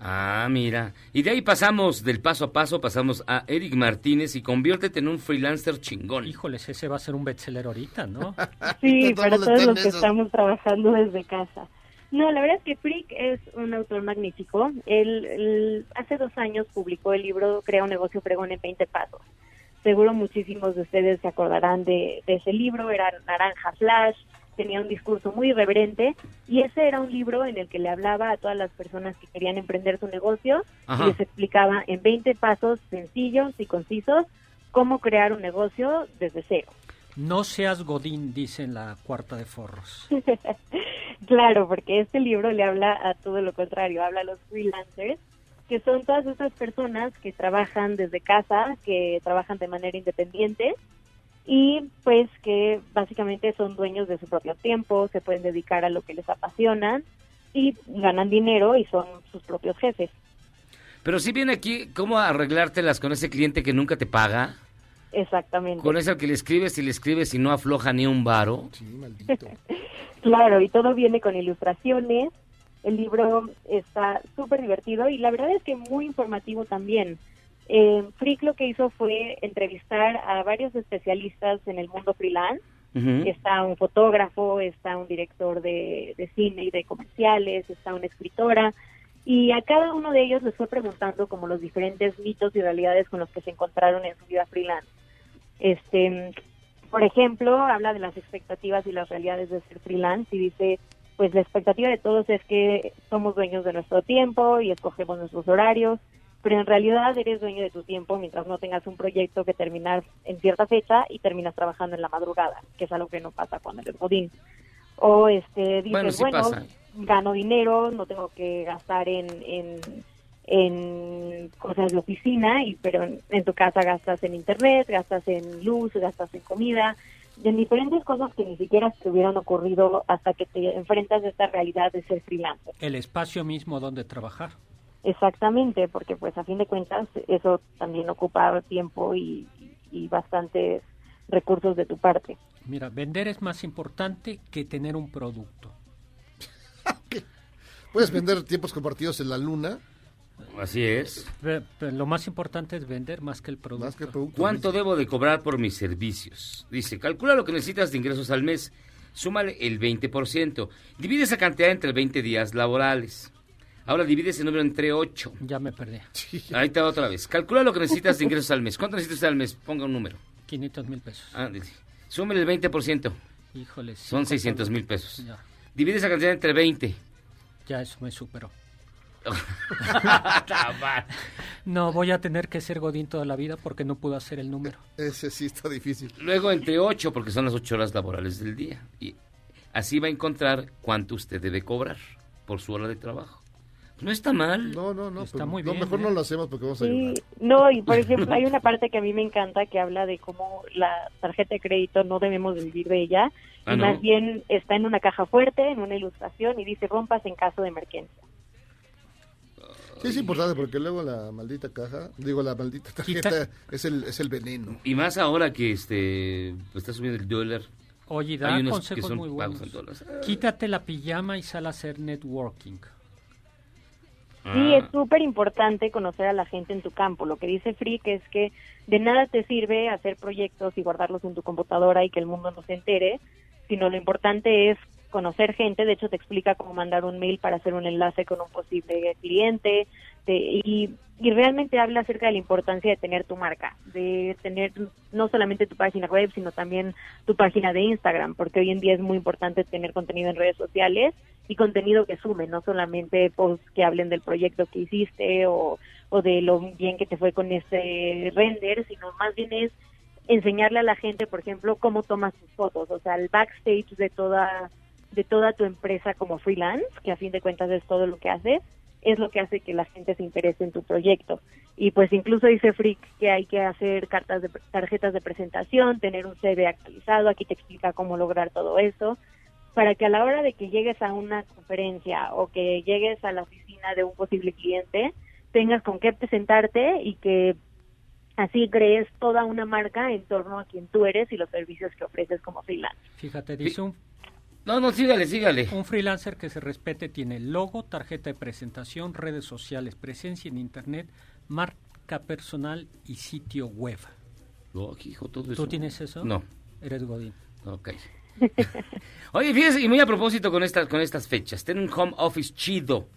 Ah, mira. Y de ahí pasamos, del paso a paso, pasamos a Eric Martínez y conviértete en un freelancer chingón. Híjoles, ese va a ser un bestseller ahorita, ¿no? Sí, para todos los que estamos trabajando desde casa. No, la verdad es que Frick es un autor magnífico. Él, él hace dos años publicó el libro Crea un negocio fregón en 20 pasos. Seguro muchísimos de ustedes se acordarán de, de ese libro. Era naranja flash, tenía un discurso muy irreverente y ese era un libro en el que le hablaba a todas las personas que querían emprender su negocio Ajá. y les explicaba en 20 pasos sencillos y concisos cómo crear un negocio desde cero. No seas Godín, dice en la cuarta de forros. Claro, porque este libro le habla a todo lo contrario, habla a los freelancers, que son todas estas personas que trabajan desde casa, que trabajan de manera independiente y pues que básicamente son dueños de su propio tiempo, se pueden dedicar a lo que les apasiona y ganan dinero y son sus propios jefes. Pero si viene aquí, ¿cómo arreglártelas con ese cliente que nunca te paga? Exactamente. Con ese al que le escribes y le escribes y no afloja ni un varo. Claro, y todo viene con ilustraciones. El libro está súper divertido y la verdad es que muy informativo también. Eh, Frick lo que hizo fue entrevistar a varios especialistas en el mundo freelance. Ujú. Está un fotógrafo, está un director de, de cine y de comerciales, está una escritora. Y a cada uno de ellos les fue preguntando como los diferentes mitos y realidades con los que se encontraron en su vida freelance. Este, por ejemplo, habla de las expectativas y las realidades de ser freelance y dice, pues la expectativa de todos es que somos dueños de nuestro tiempo y escogemos nuestros horarios pero en realidad eres dueño de tu tiempo mientras no tengas un proyecto que terminar en cierta fecha y terminas trabajando en la madrugada, que es algo que no pasa cuando eres godín. O este, dices, Bueno, bueno, sí pasa. gano dinero, no tengo que gastar en, en, en cosas de oficina, y pero en, en tu casa gastas en internet, gastas en luz, gastas en comida, y en diferentes cosas que ni siquiera te hubieran ocurrido hasta que te enfrentas a esta realidad de ser freelance. El espacio mismo donde trabajar. Exactamente, porque pues a fin de cuentas eso también ocupa tiempo y, y bastantes recursos de tu parte. Mira, vender es más importante que tener un producto. Puedes vender tiempos compartidos en la luna. Así es. Pero- pero lo más importante es vender más que el producto. ¿Cuánto debo de cobrar por mis servicios? Dice, calcula lo que necesitas de ingresos al mes, súmale el 20%, divide esa cantidad entre 20 días laborales. Ahora divide ese número entre 8. Ya me perdí. Ahí te va otra vez. Calcula lo que necesitas de ingresos al mes. ¿Cuánto necesitas al mes? Ponga un número. 500 mil pesos. Ah, dice, súmale el 20%. Híjole. Son cinco 600 por- mil pesos. Ya, Divide esa cantidad entre 20. ya eso me superó. Tabar. No, voy a tener que ser Godín toda la vida porque no puedo hacer el número. Ese sí está difícil. Luego entre 8, porque son las 8 horas laborales del día. Y así va a encontrar cuánto usted debe cobrar por su hora de trabajo. No está mal. No, no, no. Está pero muy no, bien, Mejor ¿eh? no lo hacemos porque vamos a Sí, llorar. no, y por ejemplo hay una parte que a mí me encanta que habla de cómo la tarjeta de crédito no debemos de vivir de ella, Ah, y ¿no? más bien está en una caja fuerte, en una ilustración y dice rompas en caso de emergencia. Sí, es importante porque luego la maldita caja, digo, la maldita tarjeta es el, es el veneno. Y más ahora que este pues, está subiendo el dólar. Oye, da Hay unos que consejos son muy pagos buenos. en dólares. Quítate la pijama y sal a hacer networking. Ah. Ah. Sí, es súper importante conocer a la gente en tu campo. Lo que dice Frick es que de nada te sirve hacer proyectos y guardarlos en tu computadora y que el mundo no se entere, sino lo importante es conocer gente. De hecho, te explica cómo mandar un mail para hacer un enlace con un posible cliente te- y, y realmente habla acerca de la importancia de tener tu marca, de tener no solamente tu página web, sino también tu página de Instagram, porque hoy en día es muy importante tener contenido en redes sociales y contenido que sume, no solamente posts que hablen del proyecto que hiciste o, o de lo bien que te fue con este render, sino más bien es enseñarle a la gente, por ejemplo, cómo tomas tus fotos, o sea, el backstage de toda de toda tu empresa como freelance, que a fin de cuentas es todo lo que haces, es lo que hace que la gente se interese en tu proyecto. Y pues incluso dice Frick que hay que hacer cartas de pre- tarjetas de presentación, tener un CV actualizado, aquí te explica cómo lograr todo eso para que a la hora de que llegues a una conferencia o que llegues a la oficina de un posible cliente, tengas con qué presentarte y que así crees toda una marca en torno a quién tú eres y los servicios que ofreces como freelance. Fíjate, dice un... No, no, sígale, sígale. Un freelancer que se respete tiene logo, tarjeta de presentación, redes sociales, presencia en internet, marca personal y sitio web. No, Oh, hijo, todo ¿Tú eso. tienes eso? No. Eres Godín. Ok. Oye, fíjese, y muy a propósito con estas, con estas fechas, ten un home office chido.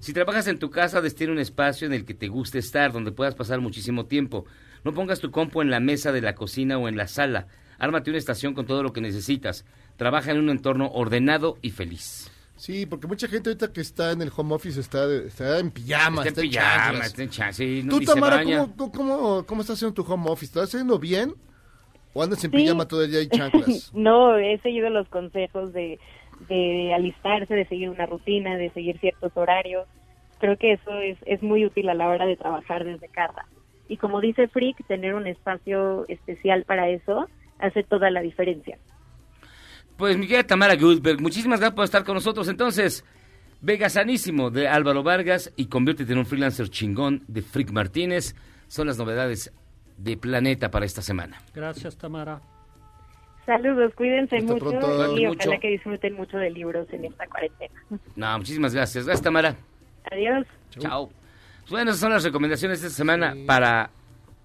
Si trabajas en tu casa, destina un espacio en el que te guste estar, donde puedas pasar muchísimo tiempo. No pongas tu compo en la mesa de la cocina o en la sala. Ármate una estación con todo lo que necesitas. Trabaja en un entorno ordenado y feliz. Sí, porque mucha gente ahorita que está en el home office está, de- está en pijama. Está en chanclas. pijama, está en chan- sí, no- Tú, ni se Tamara, baña. ¿cómo, cómo- cómo, cómo estás haciendo tu home office? ¿Estás haciendo bien? ¿O andas en Sí. pijama todo el día y chanclas? no, he seguido los consejos de, de alistarse, de seguir una rutina, de seguir ciertos horarios. Creo que eso es, es muy útil a la hora de trabajar desde casa. Y como dice Frick, tener un espacio especial para eso hace toda la diferencia. Pues mi querida Tamara Goodberg, muchísimas gracias por estar con nosotros. Entonces, Vegasanísimo de Álvaro Vargas y conviértete en un freelancer chingón de Frick Martínez. Son las novedades de Planeta para esta semana. Gracias, Tamara. Saludos, Pues cuídense Hasta mucho pronto. y Mucho. ojalá que disfruten mucho de libros en esta cuarentena. No, muchísimas gracias. Gracias, Tamara. Adiós. Chao. Pues Bueno, esas son las recomendaciones de esta semana para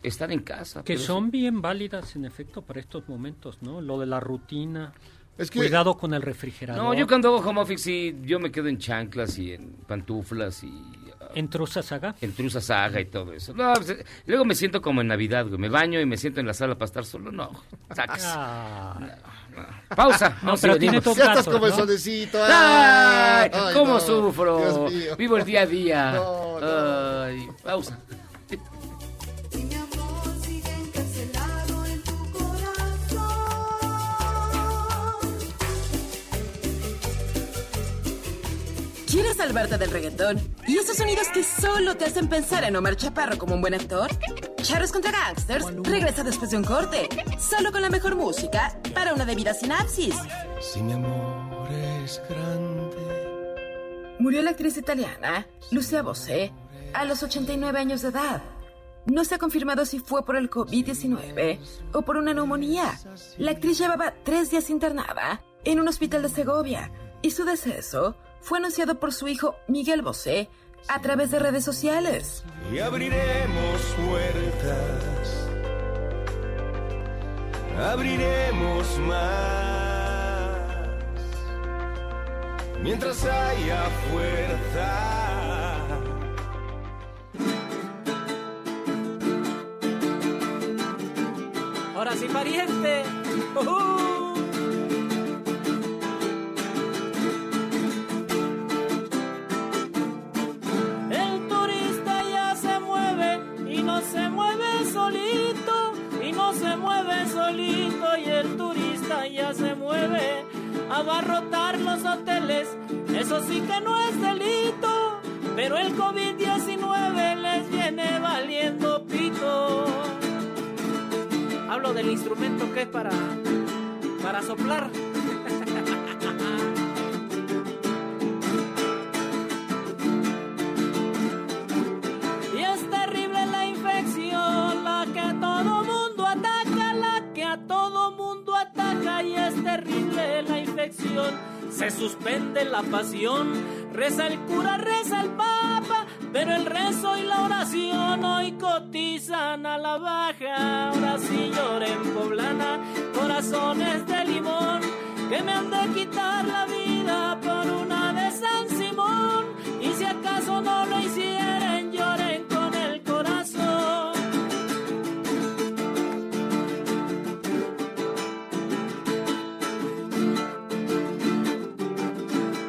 estar en casa. pues. Que pero son bien válidas, en efecto, para estos momentos, ¿no? Lo de la rutina. Es que- Cuidado con el sí. refrigerador. No, yo cuando hago home office sí, yo me quedo en chanclas y en pantuflas y... ah, ¿En trusa saga? En trusa saga y todo eso. No, pues, eh, luego me siento como en Navidad, güey. Me baño y me siento en la sala para estar solo. No, sacas. Ah, Pausa. No, Vamos y pero tiene venimos. todo Ya estás caso, como ¿no? el solecito. Ay, Ay, ¿Cómo no. sufro? Dios mío. Vivo el día a día. No, Ay, pausa. ¿Quieres salvarte del reggaetón? ¿Y esos sonidos que solo te hacen pensar en Omar Chaparro como un buen actor? Charros contra Gangsters regresa después de un corte, solo con la mejor música para una debida sinapsis. Si mi amor es grande. Murió la actriz italiana, Lucia Bosé, a los 89 años de edad. No se ha confirmado si fue por el COVID-19 o por una neumonía. La actriz llevaba tres días internada en un hospital de Segovia y su deceso fue anunciado por su hijo Miguel Bosé a través de redes sociales. Y abriremos puertas. Abriremos más. Mientras haya fuerza. Ahora sí, pariente. Uh-huh. Ujú. El turista ya se mueve y no se mueve solito, y no se mueve solito, y el turista ya se mueve. Abarrotar los hoteles, eso sí que no es delito, pero el COVID-19 les viene valiendo pito. Hablo del instrumento que es para, para soplar. Y es terrible la infección, la que a todo mundo ataca, la que a todo mundo ataca. Y es terrible la infección, se suspende la pasión. Reza el cura, reza el papa, pero el rezo y la oración hoy cotizan a la baja. Ahora sí lloren poblana, corazones de limón, que me han de quitar la vida por una de San Simón. Y si acaso no lo hicieren, lloren con el corazón.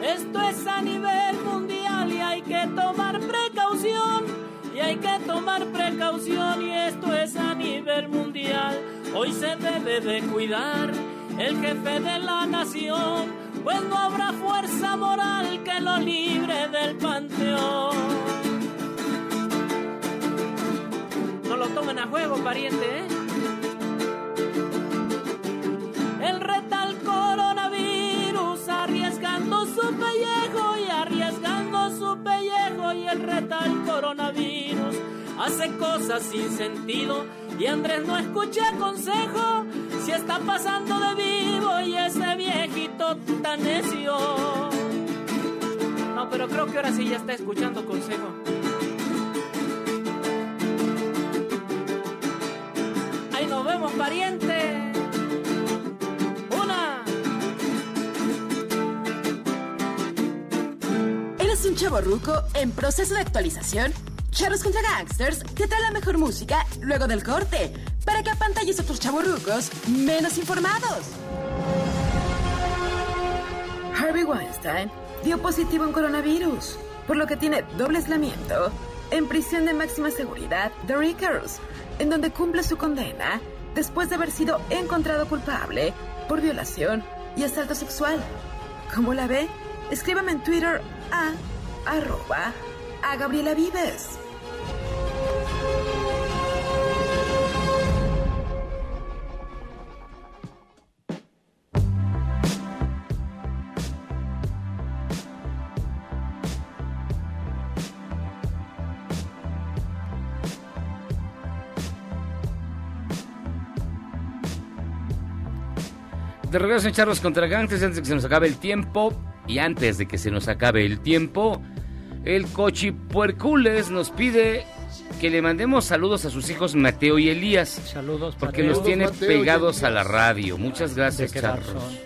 Esto es a nivel mundial y hay que tomar precaución. Y hay que tomar precaución y esto es a nivel mundial. Hoy se debe de cuidar el jefe de la nación, pues no habrá fuerza moral que lo libre del panteón. No lo tomen a juego, pariente, ¿eh? El reta al coronavirus arriesgando su pellejo y arriesgando su pellejo y el reta al coronavirus hace cosas sin sentido y Andrés no escucha consejo si está pasando de vivo y ese viejito tan necio. No, pero creo que ahora sí ya está escuchando consejo. Ahí nos vemos, pariente. Una. ¿Eres un chavo ruco en proceso de actualización? Charros contra Gangsters te trae la mejor música luego del corte para que apantalles a tus chavorrucos menos informados. Harvey Weinstein dio positivo en coronavirus, por lo que tiene doble aislamiento en prisión de máxima seguridad de Rickers, en donde cumple su condena después de haber sido encontrado culpable por violación y asalto sexual. ¿Cómo la ve? Escríbame en Twitter a arroba a Gabriela Vives. De regreso en Charlos contra Gangsters, antes de que se nos acabe el tiempo, y antes de que se nos acabe el tiempo, el Cochipuercules nos pide que le mandemos saludos a sus hijos Mateo y Elías. Saludos, Porque Mateo. nos tiene Saludos, Mateo y pegados a la radio. Muchas gracias, ¿De qué razón? Charros.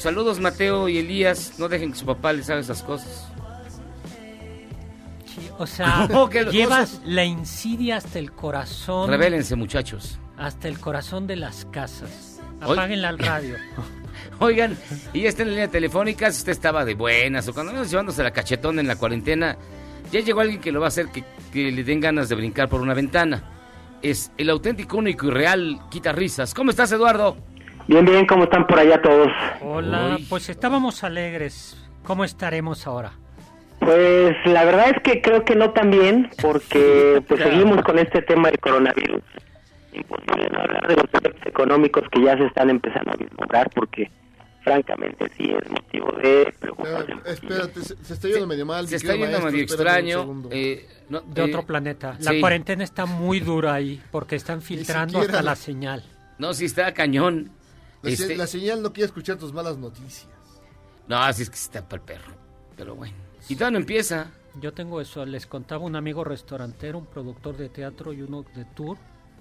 Saludos, Mateo y Elías. No dejen que su papá les haga esas cosas. O sea, ¿Cómo que lo- llevas la insidia hasta el corazón. Rebélense, muchachos. Hasta el corazón de las casas. Hoy- Apáguenla al radio. Oigan, y ya está en la línea telefónica, si usted estaba de buenas o cuando menos llevándose la cachetón en la cuarentena, ya llegó alguien que lo va a hacer que, que le den ganas de brincar por una ventana. Es el auténtico, único y real Quita Risas. ¿Cómo estás, Eduardo? Bien, bien, ¿cómo están por allá todos? Hola, Uy. pues estábamos alegres. ¿Cómo estaremos ahora? Pues la verdad es que creo que no tan bien, porque pues seguimos con este tema del coronavirus. Imposible no hablar de los efectos económicos que ya se están empezando a vislumbrar, porque francamente sí es motivo de preocupación. Espérate, se, se está yendo medio mal. Se mi está querido yendo maestro, medio espérate un extraño. segundo. eh, no, De eh, otro planeta. La sí. cuarentena está muy dura ahí porque están filtrando siquiera hasta la- la señal. No, sí está cañón. La, se- Este- la señal no quiere escuchar tus malas noticias. No, así es que está para el perro. Pero bueno. Y todavía no empieza. Yo tengo eso. Les contaba un amigo restaurantero, un productor de teatro y uno de tour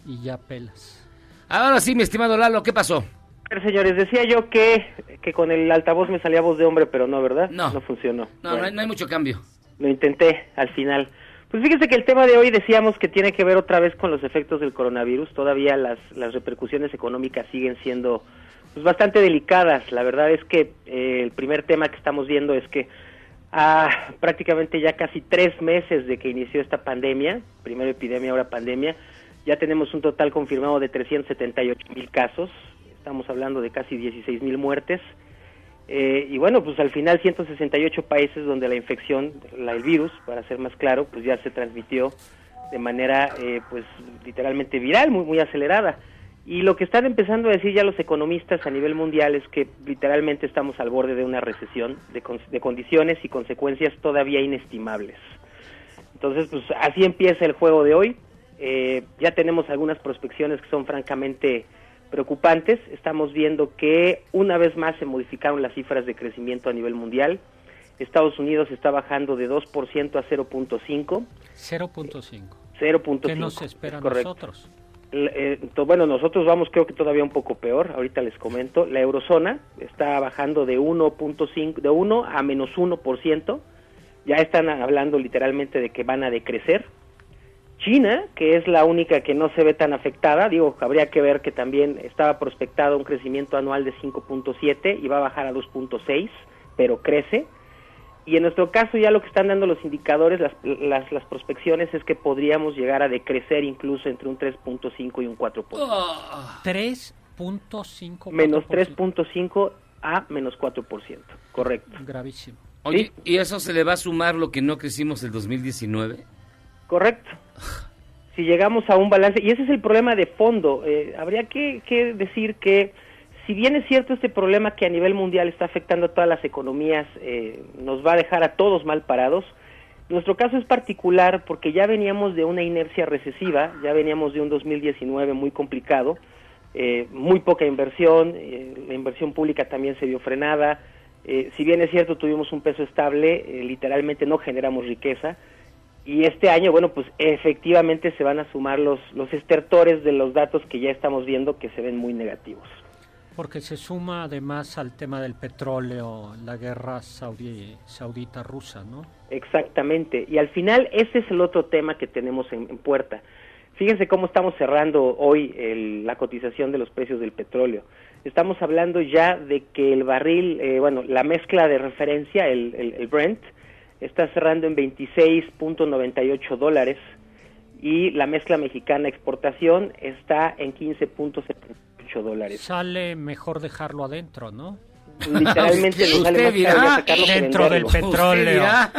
y ya pelas. Ahora sí, mi estimado Lalo, ¿qué pasó? A ver, señores, decía yo que, que con el altavoz me salía voz de hombre, pero no, ¿verdad? No. No funcionó. No, Bueno, no, hay, no hay mucho cambio. Lo intenté al final. Pues fíjense que el tema de hoy decíamos que tiene que ver otra vez con los efectos del coronavirus. Todavía las, las repercusiones económicas siguen siendo pues, bastante delicadas. La verdad es que eh, el primer tema que estamos viendo es que a prácticamente ya casi tres meses de que inició esta pandemia, primero epidemia, ahora pandemia, ya tenemos un total confirmado de 378 mil casos, estamos hablando de casi 16 mil muertes, Eh, y bueno, pues al final 168 países donde la infección, la, el virus, para ser más claro, pues ya se transmitió de manera eh, pues literalmente viral, muy, muy acelerada. Y lo que están empezando a decir ya los economistas a nivel mundial es que literalmente estamos al borde de una recesión de, con- de condiciones y consecuencias todavía inestimables. Entonces, pues así empieza el juego de hoy. Eh, ya tenemos algunas prospecciones que son francamente preocupantes. Estamos viendo que una vez más se modificaron las cifras de crecimiento a nivel mundial. Estados Unidos está bajando de 2% a 0.5. 0.5. 0.5. ¿Qué nos espera a es correcto. nosotros? L- eh, to- bueno, nosotros vamos creo que todavía un poco peor, ahorita les comento. La eurozona está bajando de 1.5, de 1 a menos 1%. Ya están a- hablando literalmente de que van a decrecer. China, que es la única que no se ve tan afectada, digo, habría que ver que también estaba prospectado un crecimiento anual de 5.7 y va a bajar a 2.6, pero crece. Y en nuestro caso ya lo que están dando los indicadores, las, las, las prospecciones, es que podríamos llegar a decrecer incluso entre un 3.5 y un 4%. Ah. 3.5. menos 3.5 a menos 4%, correcto. Gravísimo. Oye, ¿y eso se le va a sumar lo que no crecimos el 2019? Correcto. Si llegamos a un balance, y ese es el problema de fondo, eh, habría que, que decir que si bien es cierto este problema que a nivel mundial está afectando a todas las economías, eh, nos va a dejar a todos mal parados, nuestro caso es particular porque ya veníamos de una inercia recesiva, ya veníamos de un 2019 muy complicado, eh, muy poca inversión, eh, la inversión pública también se vio frenada, eh, si bien es cierto tuvimos un peso estable, eh, literalmente no generamos riqueza, y este año, bueno, pues efectivamente se van a sumar los, los estertores de los datos que ya estamos viendo que se ven muy negativos. Porque se suma además al tema del petróleo, la guerra saudí, saudita-rusa, ¿no? Exactamente. Y al final, ese es el otro tema que tenemos en, en puerta. Fíjense cómo estamos cerrando hoy el- la cotización de los precios del petróleo. Estamos hablando ya de que el barril, eh, bueno, la mezcla de referencia, el, el- el Brent, está cerrando en 26.98 dólares y la mezcla mexicana exportación está en 15.78 dólares. Sale mejor dejarlo adentro, ¿no? Literalmente nos sale más caro sacarlo que dentro del venderlo. Usted petróleo. dirá.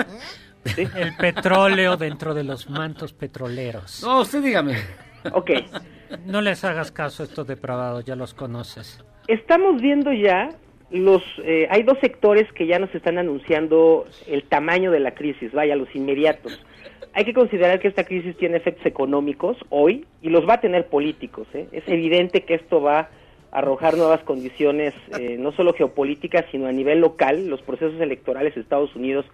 El petróleo dentro de los mantos petroleros. No, usted dígame. Ok. No les hagas caso a estos depravados, ya los conoces. Estamos viendo ya los eh, hay dos sectores que ya nos están anunciando el tamaño de la crisis, vaya, los inmediatos. Hay que considerar que esta crisis tiene efectos económicos hoy y los va a tener políticos. ¿eh? Es evidente que esto va a arrojar nuevas condiciones, eh, no solo geopolíticas, sino a nivel local. Los procesos electorales de Estados Unidos,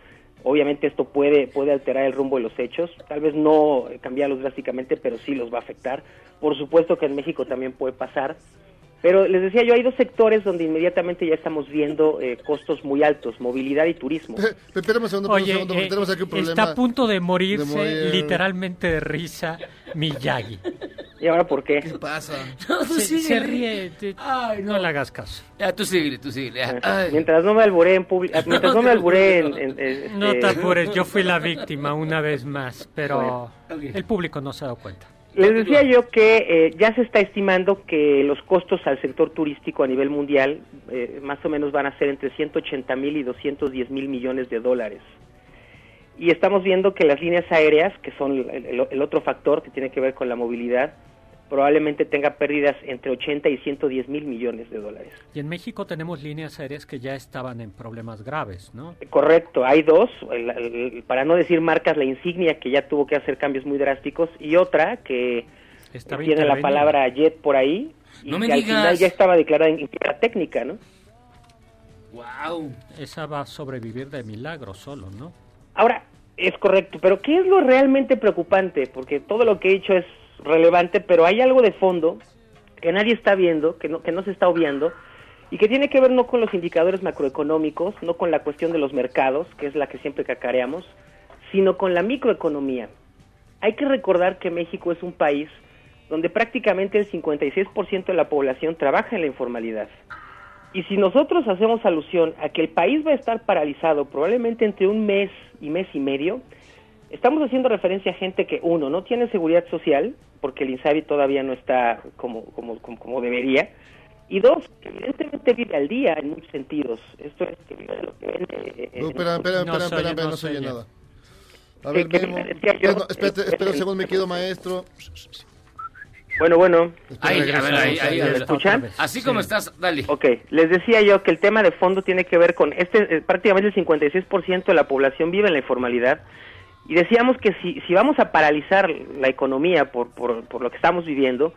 obviamente esto puede, puede alterar el rumbo de los hechos, tal vez no cambiarlos drásticamente, pero sí los va a afectar. Por supuesto que en México también puede pasar. Pero les decía yo, hay dos sectores donde inmediatamente ya estamos viendo eh, costos muy altos, movilidad y turismo. Espérame un segundo, Oye, un segundo, porque eh, tenemos aquí un problema. está a punto de morirse morir. literalmente de risa Miyagi. ¿Y ahora por qué? ¿Qué pasa? Se, sigue. se ríe, te- no le hagas caso. Ya, tú síguele, tú síguele. Ah, ay. Mientras no me alburé en público, mientras no me alburé en, en- en- No eh, te apures, yo fui la víctima una vez más, pero el público no se ha dado cuenta. Les decía yo que eh, ya se está estimando que los costos al sector turístico a nivel mundial eh, más o menos van a ser entre 180 mil y 210 mil millones de dólares. y estamos viendo que las líneas aéreas, que son el, el- el otro factor que tiene que ver con la movilidad, probablemente tenga pérdidas entre 80 y 110 mil millones de dólares. Y en México tenemos líneas aéreas que ya estaban en problemas graves, ¿no? Correcto, hay dos, el- el- para no decir marcas, la insignia que ya tuvo que hacer cambios muy drásticos y otra que Estaba tiene la intervenida. palabra jet por ahí y No me que al digas. final ya estaba declarada en quiebra técnica, ¿no? ¡Wow! Esa va a sobrevivir de milagro solo, ¿no? Ahora, es correcto, pero ¿qué es lo realmente preocupante? Porque todo lo que he dicho es relevante, pero hay algo de fondo que nadie está viendo, que no, que no se está obviando, y que tiene que ver no con los indicadores macroeconómicos, no con la cuestión de los mercados, que es la que siempre cacareamos, sino con la microeconomía. Hay que recordar que México es un país donde prácticamente el 56% de la población trabaja en la informalidad. Y si nosotros hacemos alusión a que el país va a estar paralizado probablemente entre un mes y mes y medio, estamos haciendo referencia a gente que, uno, no tiene seguridad social, porque el INSABI todavía no está como, como, como, como debería, y dos, que evidentemente vive al día en muchos sentidos. Esto es que vive de lo que vende. eh, en- No, espera, espera, espera, espera, espera, no se oye nada. A ver, ¿Qué- qué Memo. te decía yo? No, espérate, este, espera un segundo, me quedo maestro. Bueno, bueno. Ahí, a ver, ahí, ahí, a ver. ¿Me escuchan? Así como estás, dale. Ok, les decía yo que el tema de fondo tiene que ver con este, eh, prácticamente el 56% de la población vive en la informalidad y decíamos que si, si vamos a paralizar la economía por, por, por lo que estamos viviendo,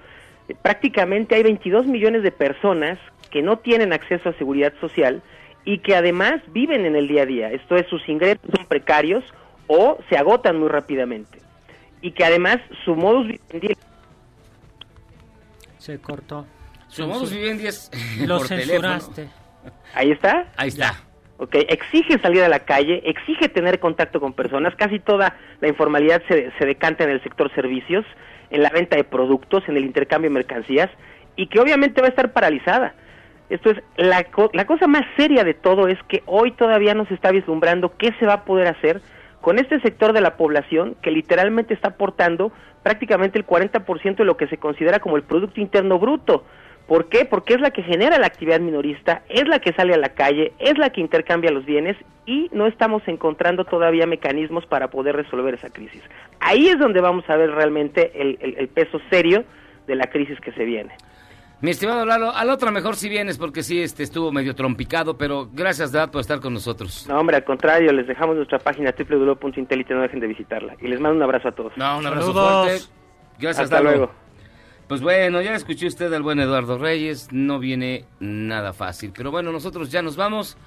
eh, prácticamente hay 22 millones de personas que no tienen acceso a seguridad social y que además viven en el día a día, esto es, sus ingresos son precarios o se agotan muy rápidamente y que además su modus vivendi Se cortó. Su modus vivendi es Lo por censuraste. Ahí está. Ahí está. Ok, exige salir a la calle, exige tener contacto con personas. Casi toda la informalidad se, se decanta en el sector servicios, en la venta de productos, en el intercambio de mercancías y que obviamente va a estar paralizada. Esto es, la, co- la cosa más seria de todo es que hoy todavía no se está vislumbrando qué se va a poder hacer con este sector de la población que literalmente está aportando prácticamente el 40% de lo que se considera como el Producto Interno Bruto. ¿Por qué? Porque es la que genera la actividad minorista, es la que sale a la calle, es la que intercambia los bienes y no estamos encontrando todavía mecanismos para poder resolver esa crisis. Ahí es donde vamos a ver realmente el, el- el peso serio de la crisis que se viene. Mi estimado Lalo, al otro mejor si vienes porque sí este estuvo medio trompicado, pero gracias Dad por estar con nosotros. No, hombre, al contrario, les dejamos nuestra página www.intelite, no dejen de visitarla. Y les mando un abrazo a todos. No, un abrazo fuerte. Gracias Hasta Lalo. luego. Pues bueno, ya escuché usted al buen Eduardo Reyes, no viene nada fácil, pero bueno, nosotros ya nos vamos.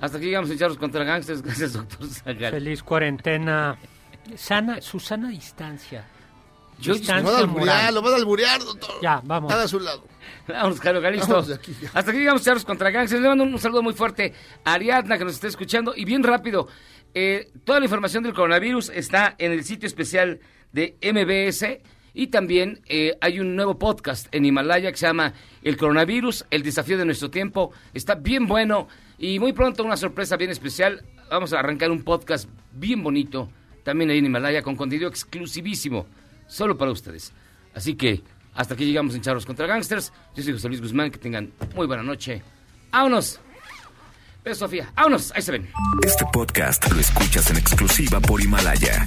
Hasta aquí llegamos en Charlos contra Gangsters, gracias doctor Zagal. Feliz cuarentena. Sana, su sana distancia. Yo- Este, Lo van a alburear, lo van a alburear, doctor. Ya, vamos. Nada a su lado. Vamos, Jaro Calixto. Vamos de aquí, ya. Hasta aquí llegamos, Charlos contra Gangsters. Le mando un, un saludo muy fuerte a Ariadna que nos está escuchando. Y bien rápido, eh, toda la información del coronavirus está en el sitio especial de MBS. Y también eh, hay un nuevo podcast en Himalaya que se llama El coronavirus, el desafío de nuestro tiempo. Está bien bueno y muy pronto una sorpresa bien especial. Vamos a arrancar un podcast bien bonito también ahí en Himalaya con contenido exclusivísimo solo para ustedes. Así que hasta aquí llegamos en Charlos contra Gangsters. Yo soy José Luis Guzmán, que tengan muy buena noche. ¡Vámonos! Pero Sofía, ¡vámonos! Ahí se ven. Este podcast lo escuchas en exclusiva por Himalaya.